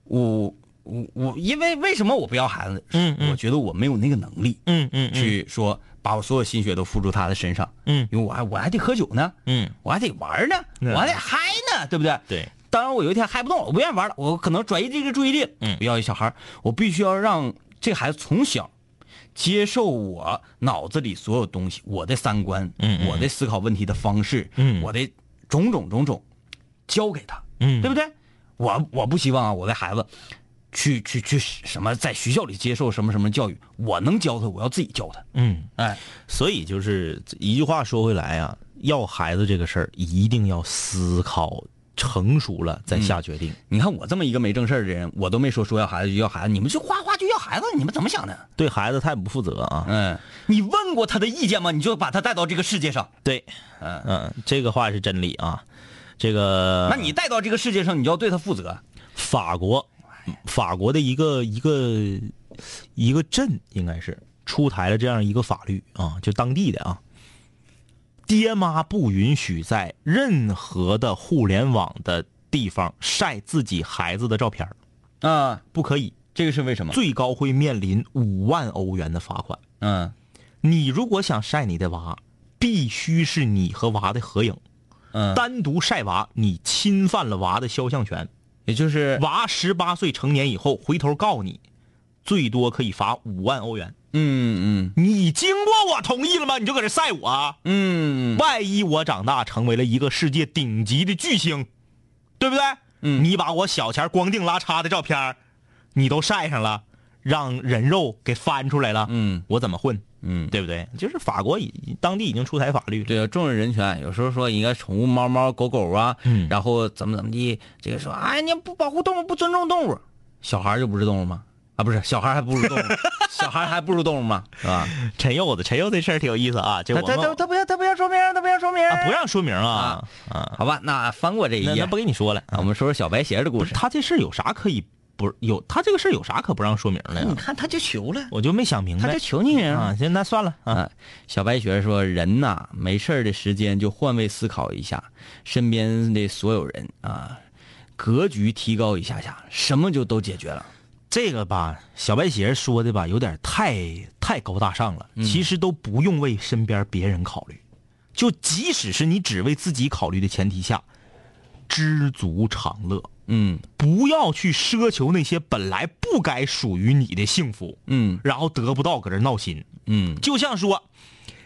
[SPEAKER 5] 我我我因为为什么我不要孩子，
[SPEAKER 3] 嗯嗯
[SPEAKER 5] 我觉得我没有那个能力，
[SPEAKER 3] 嗯嗯嗯
[SPEAKER 5] 去说把我所有心血都付诸他的身上，
[SPEAKER 3] 嗯
[SPEAKER 5] 因为我还我还得喝酒呢，
[SPEAKER 3] 嗯，
[SPEAKER 5] 我还得玩呢，
[SPEAKER 3] 嗯
[SPEAKER 5] 我还得嗨呢，对不对？
[SPEAKER 3] 对。
[SPEAKER 5] 当然，我有一天嗨不动了，我不愿意玩了，我可能转移这个注意力，
[SPEAKER 3] 嗯
[SPEAKER 5] 我要一小孩儿，我必须要让这孩子从小接受我脑子里所有东西，我的三观，
[SPEAKER 3] 嗯嗯
[SPEAKER 5] 我的思考问题的方式，
[SPEAKER 3] 嗯
[SPEAKER 5] 我的种种种种，教给他，
[SPEAKER 3] 嗯
[SPEAKER 5] 对不对？我我不希望啊，我的孩子去去去什么，在学校里接受什么什么教育，我能教他，我要自己教他。
[SPEAKER 3] 嗯，
[SPEAKER 5] 哎，
[SPEAKER 3] 所以就是一句话说回来啊，要孩子这个事儿一定要思考成熟了再下决定。
[SPEAKER 5] 你看我这么一个没正事儿的人，我都没说说要孩子就要孩子，你们就哗哗就要孩子，你们怎么想的？
[SPEAKER 3] 对孩子太不负责啊！
[SPEAKER 5] 嗯，你问过他的意见吗？你就把他带到这个世界上，
[SPEAKER 3] 对，
[SPEAKER 5] 嗯
[SPEAKER 3] 嗯，这个话是真理啊。这个，
[SPEAKER 5] 那你带到这个世界上，你就要对他负责。
[SPEAKER 3] 法国，法国的一个一个一个镇应该是出台了这样一个法律啊，就当地的啊，爹妈不允许在任何的互联网的地方晒自己孩子的照片儿，
[SPEAKER 5] 啊，
[SPEAKER 3] 不可以，
[SPEAKER 5] 这个是为什么？
[SPEAKER 3] 最高会面临五万欧元的罚款。
[SPEAKER 5] 嗯
[SPEAKER 3] 你如果想晒你的娃，必须是你和娃的合影，
[SPEAKER 5] 嗯，
[SPEAKER 3] 单独晒娃，你侵犯了娃的肖像权。
[SPEAKER 5] 也就是
[SPEAKER 3] 娃十八岁成年以后回头告你，最多可以罚五万欧元。
[SPEAKER 5] 嗯嗯
[SPEAKER 3] 你经过我同意了吗？你就搁这晒我啊？
[SPEAKER 5] 嗯
[SPEAKER 3] 万一我长大成为了一个世界顶级的巨星，对不对？
[SPEAKER 5] 嗯
[SPEAKER 3] 你把我小前光腚拉碴的照片儿，你都晒上了，让人肉给翻出来了，
[SPEAKER 5] 嗯
[SPEAKER 3] 我怎么混？
[SPEAKER 5] 嗯，
[SPEAKER 3] 对不对？就是法国已当地已经出台法律了。
[SPEAKER 5] 对啊，重视人权。有时候说应该宠物猫猫狗狗啊，
[SPEAKER 3] 嗯
[SPEAKER 5] 然后怎么怎么地，这个说哎你不保护动物，不尊重动物，小孩就不是动物吗？啊，不是，小孩还不如动物，小孩还不如动物吗？是吧？
[SPEAKER 3] 陈柚子，陈柚子这事儿挺有意思啊，就我们
[SPEAKER 5] 他不要他不要说明，他不要说明，
[SPEAKER 3] 啊不让说明啊啊，
[SPEAKER 5] 好吧，那翻过这一
[SPEAKER 3] 那
[SPEAKER 5] 页
[SPEAKER 3] 那，不跟你说了
[SPEAKER 5] 啊，我们说说小白鞋的故事。
[SPEAKER 3] 他这事儿有啥可以不有他这个事儿有啥可不让说明的
[SPEAKER 5] 你
[SPEAKER 3] 呀？
[SPEAKER 5] 看他就求了，
[SPEAKER 3] 我就没想明白。
[SPEAKER 5] 他就求你啊
[SPEAKER 3] 啊，行，那算了啊。
[SPEAKER 5] 啊，小白雪说：“人呐，没事儿的时间就换位思考一下身边的所有人啊，格局提高一下下，什么就都解决了。
[SPEAKER 3] 这个吧，小白鞋说的吧，有点太太高大上
[SPEAKER 5] 嗯
[SPEAKER 3] 了。其实都不用为身边别人考虑，就即使是你只为自己考虑的前提下，知足常乐。
[SPEAKER 5] 嗯
[SPEAKER 3] 不要去奢求那些本来不该属于你的幸福，
[SPEAKER 5] 嗯
[SPEAKER 3] 然后得不到搁这闹心。
[SPEAKER 5] 嗯
[SPEAKER 3] 就像说，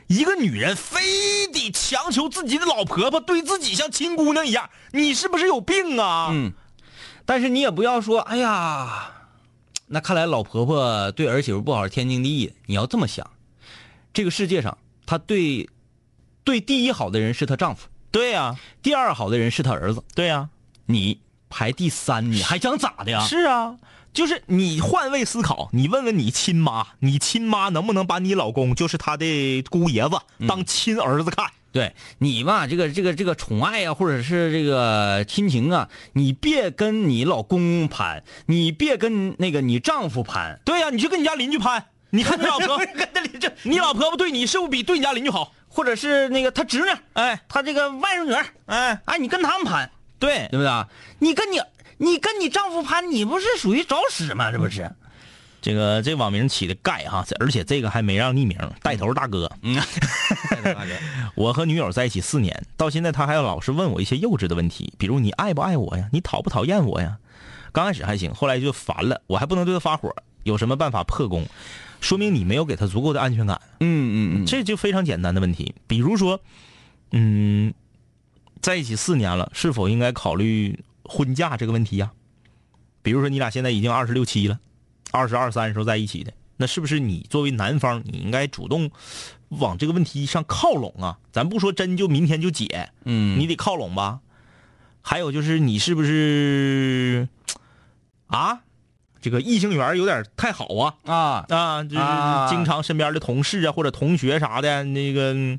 [SPEAKER 3] 一个女人非得强求自己的老婆婆对自己像亲姑娘一样，你是不是有病啊？
[SPEAKER 5] 嗯，但是你也不要说，哎呀，那看来老婆婆对儿媳妇不好是天经地义。你要这么想，这个世界上，她对对第一好的人是她丈夫，
[SPEAKER 3] 对呀、
[SPEAKER 5] 第二好的人是她儿子，
[SPEAKER 3] 对呀、
[SPEAKER 5] 你排第三，你还想咋的呀？
[SPEAKER 3] 是啊，就是你换位思考，你问问你亲妈，你亲妈能不能把你老公，就是她的姑爷子，当亲儿子看？
[SPEAKER 5] 对你吧，这个这个这个宠爱啊，或者是这个亲情啊，你别跟你老公盘，你别跟那个你丈夫盘，
[SPEAKER 3] 对呀、你去跟你家邻居攀，哎你看你老婆你老婆婆对你是不是比对你家邻居好？
[SPEAKER 5] 或者是那个他侄女，
[SPEAKER 3] 哎
[SPEAKER 5] 他这个外甥女儿，
[SPEAKER 3] 哎，
[SPEAKER 5] 哎，你跟他们盘，
[SPEAKER 3] 对
[SPEAKER 5] 对不对啊？你跟你你跟你丈夫盘，你不是属于找死吗？这不是？
[SPEAKER 3] 这个这网名起的盖哈，这而且这个还没让匿名，带头大哥。嗯，我和女友在一起四年，到现在她还老是问我一些幼稚的问题，比如你爱不爱我呀？你讨不讨厌我呀？刚开始还行，后来就烦了，我还不能对她发火，有什么办法破功？说明你没有给她足够的安全感，
[SPEAKER 5] 嗯嗯嗯，
[SPEAKER 3] 这就非常简单的问题。比如说，嗯，在一起四年了，是否应该考虑婚嫁这个问题呀、比如说你俩现在已经二十六七了，二十二三时候在一起的，那是不是你作为男方，你应该主动往这个问题上靠拢啊？咱不说真就明天就解，
[SPEAKER 5] 嗯
[SPEAKER 3] 你得靠拢吧。还有就是你是不是啊？这个异性缘有点太好啊
[SPEAKER 5] 啊，
[SPEAKER 3] 啊，就是
[SPEAKER 5] 啊
[SPEAKER 3] 经常身边的同事啊或者同学啥的，那个嗯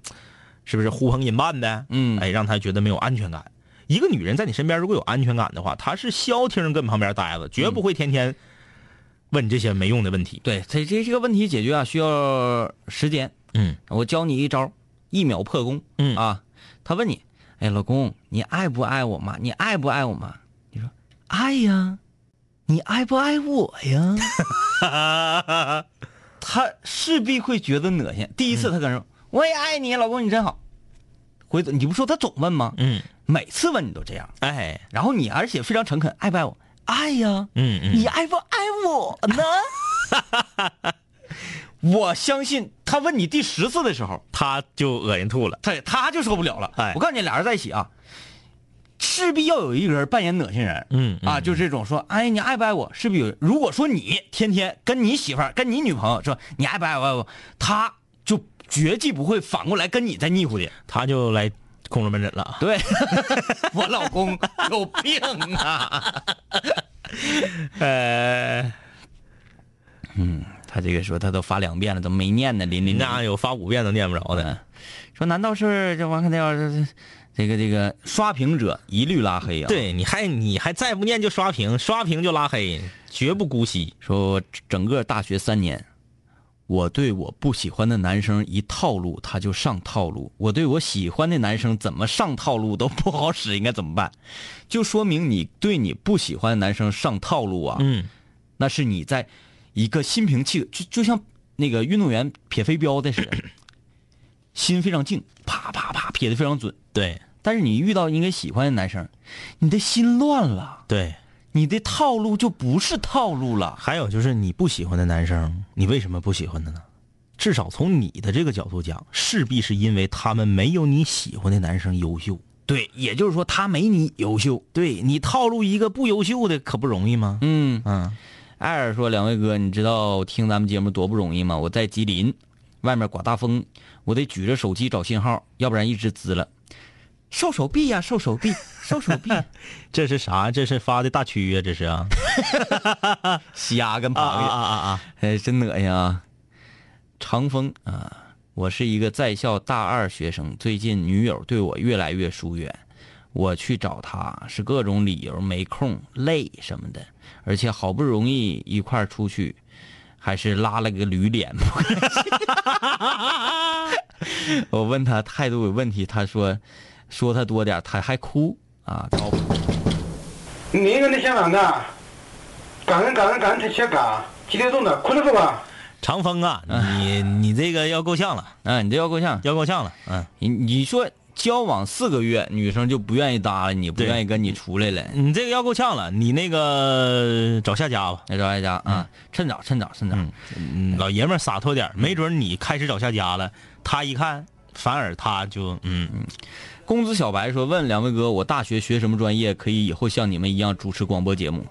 [SPEAKER 3] 是不是呼朋引伴的？
[SPEAKER 5] 嗯
[SPEAKER 3] 哎，让他觉得没有安全感。一个女人在你身边如果有安全感的话，她是消停跟旁边待着，绝
[SPEAKER 5] 嗯
[SPEAKER 3] 不会天天问这些没用的问题。
[SPEAKER 5] 对，这这这个问题解决啊，需要时间。
[SPEAKER 3] 嗯
[SPEAKER 5] 我教你一招，一秒破功。
[SPEAKER 3] 嗯
[SPEAKER 5] 啊，他问你，哎，老公，你爱不爱我妈？你爱不爱我妈？你说爱呀，你爱不爱我呀？ 他势必会觉得恶心。第
[SPEAKER 3] 嗯
[SPEAKER 5] 一次他跟人说、我也爱你，老公你真好。回头你不说他总问吗？
[SPEAKER 3] 嗯，
[SPEAKER 5] 每次问你都这样，
[SPEAKER 3] 哎，
[SPEAKER 5] 然后你而且非常诚恳，爱不爱我？爱呀，
[SPEAKER 3] 嗯嗯
[SPEAKER 5] 你爱不爱我呢？ 我相信他问你第十次的时候，
[SPEAKER 3] 她就恶心吐了。
[SPEAKER 5] 他他就受不了了。
[SPEAKER 3] 哎
[SPEAKER 5] 我告诉你，俩人在一起啊，势必要有一个人扮演恶心人。
[SPEAKER 3] 嗯
[SPEAKER 5] 啊，就这种说，哎，你爱不爱我？势必有。如果说你天天跟你媳妇儿、跟你女朋友说你爱不爱我爱不爱我，他就绝技不会反过来跟你再腻乎去。
[SPEAKER 3] 她就来空中门诊了啊。
[SPEAKER 5] 对， 我老公有病 啊！
[SPEAKER 3] 呃，
[SPEAKER 5] 嗯他这个说他都发两遍了，都没念呢，林林
[SPEAKER 3] 那有发五遍都念不着的。
[SPEAKER 5] 嗯，说难道是这王克要是这个这个刷屏者一律拉黑啊？，
[SPEAKER 3] 对，你还你还再不念就刷屏，刷屏就拉黑，绝不姑息。
[SPEAKER 5] 说整个大学三年，我对我不喜欢的男生一套路他就上套路，我对我喜欢的男生怎么上套路都不好使，应该怎么办？就说明你对你不喜欢的男生上套路啊，
[SPEAKER 3] 嗯，
[SPEAKER 5] 那是你在一个心平气就就像那个运动员撇飞镖的似的，心非常静，啪啪啪撇的非常准。
[SPEAKER 3] 对
[SPEAKER 5] 但是你遇到一个喜欢的男生，你的心乱了，
[SPEAKER 3] 对。
[SPEAKER 5] 你的套路就不是套路了。
[SPEAKER 3] 还有就是你不喜欢的男生，你为什么不喜欢他呢？至少从你的这个角度讲，势必是因为他们没有你喜欢的男生优秀。
[SPEAKER 5] 对，也就是说他没你优秀。
[SPEAKER 3] 对你套路一个不优秀的，可不容易吗？
[SPEAKER 5] 嗯，
[SPEAKER 3] 嗯
[SPEAKER 5] 艾尔说：“两位哥，你知道听咱们节目多不容易吗？我在吉林，外面刮大风，我得举着手机找信号，要不然一直滋 了。瘦手臂呀、瘦手臂，瘦手 臂。
[SPEAKER 3] 这是啥？这是发的大区呀、这是 啊！
[SPEAKER 5] 虾跟螃蟹，
[SPEAKER 3] 啊！
[SPEAKER 5] 哎，真恶心啊！长风啊，我是一个在校大二学生，最近女友对我越来越疏远，我去找他是各种理由，没空、累什么的，而且好不容易一块儿出去，还是拉了个驴脸。 我问他态度有问题，他说说他多点儿，他还哭啊，找我
[SPEAKER 8] 你一个人香港的，感恩感恩感恩香港，激动的，困了是吧？
[SPEAKER 3] 长风 啊，你你这个要够呛了，
[SPEAKER 5] 啊，你这要够呛，
[SPEAKER 3] 要够呛了，嗯，
[SPEAKER 5] 你你说交往四个月，女生就不愿意搭理你，不
[SPEAKER 3] 对嗯
[SPEAKER 5] 愿意跟你出来了。
[SPEAKER 3] 你这个要够呛了，你那个找下家吧，
[SPEAKER 5] 那找一家啊，趁早趁早趁早，
[SPEAKER 3] 嗯，老爷们儿洒脱点儿，没准你开始找下家了，他一看，反而他就嗯，
[SPEAKER 5] 公子小白说：“问两位哥，我大学学什么专业，可以以后像你们一样主持广播节目？”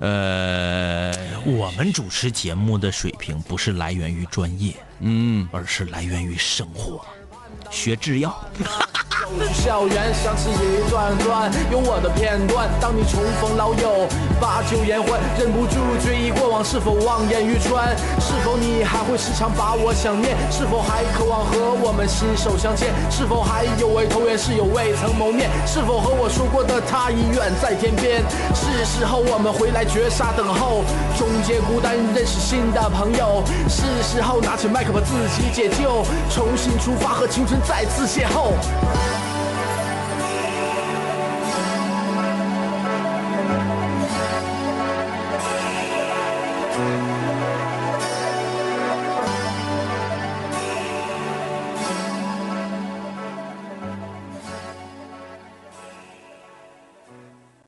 [SPEAKER 5] 呃，
[SPEAKER 3] 我们主持节目的水平不是来源于专业，
[SPEAKER 5] 嗯，
[SPEAKER 3] 而是来源于生活。
[SPEAKER 5] 学制 药。
[SPEAKER 9] 去校园，想起一段段有我的片段。当你重逢老友，把酒言欢，忍不住追忆过往，是否望眼欲穿？是否你还会时常把我想念？是否还渴望和我们心手相牵？是否还有位投缘室友未曾谋面？是否和我说过的他已远在天边？是时候我们回来绝杀等候，终结孤单，认识新的朋友。是时候拿起麦克把自己解救，重新出发，和青春再次邂逅。
[SPEAKER 6] 我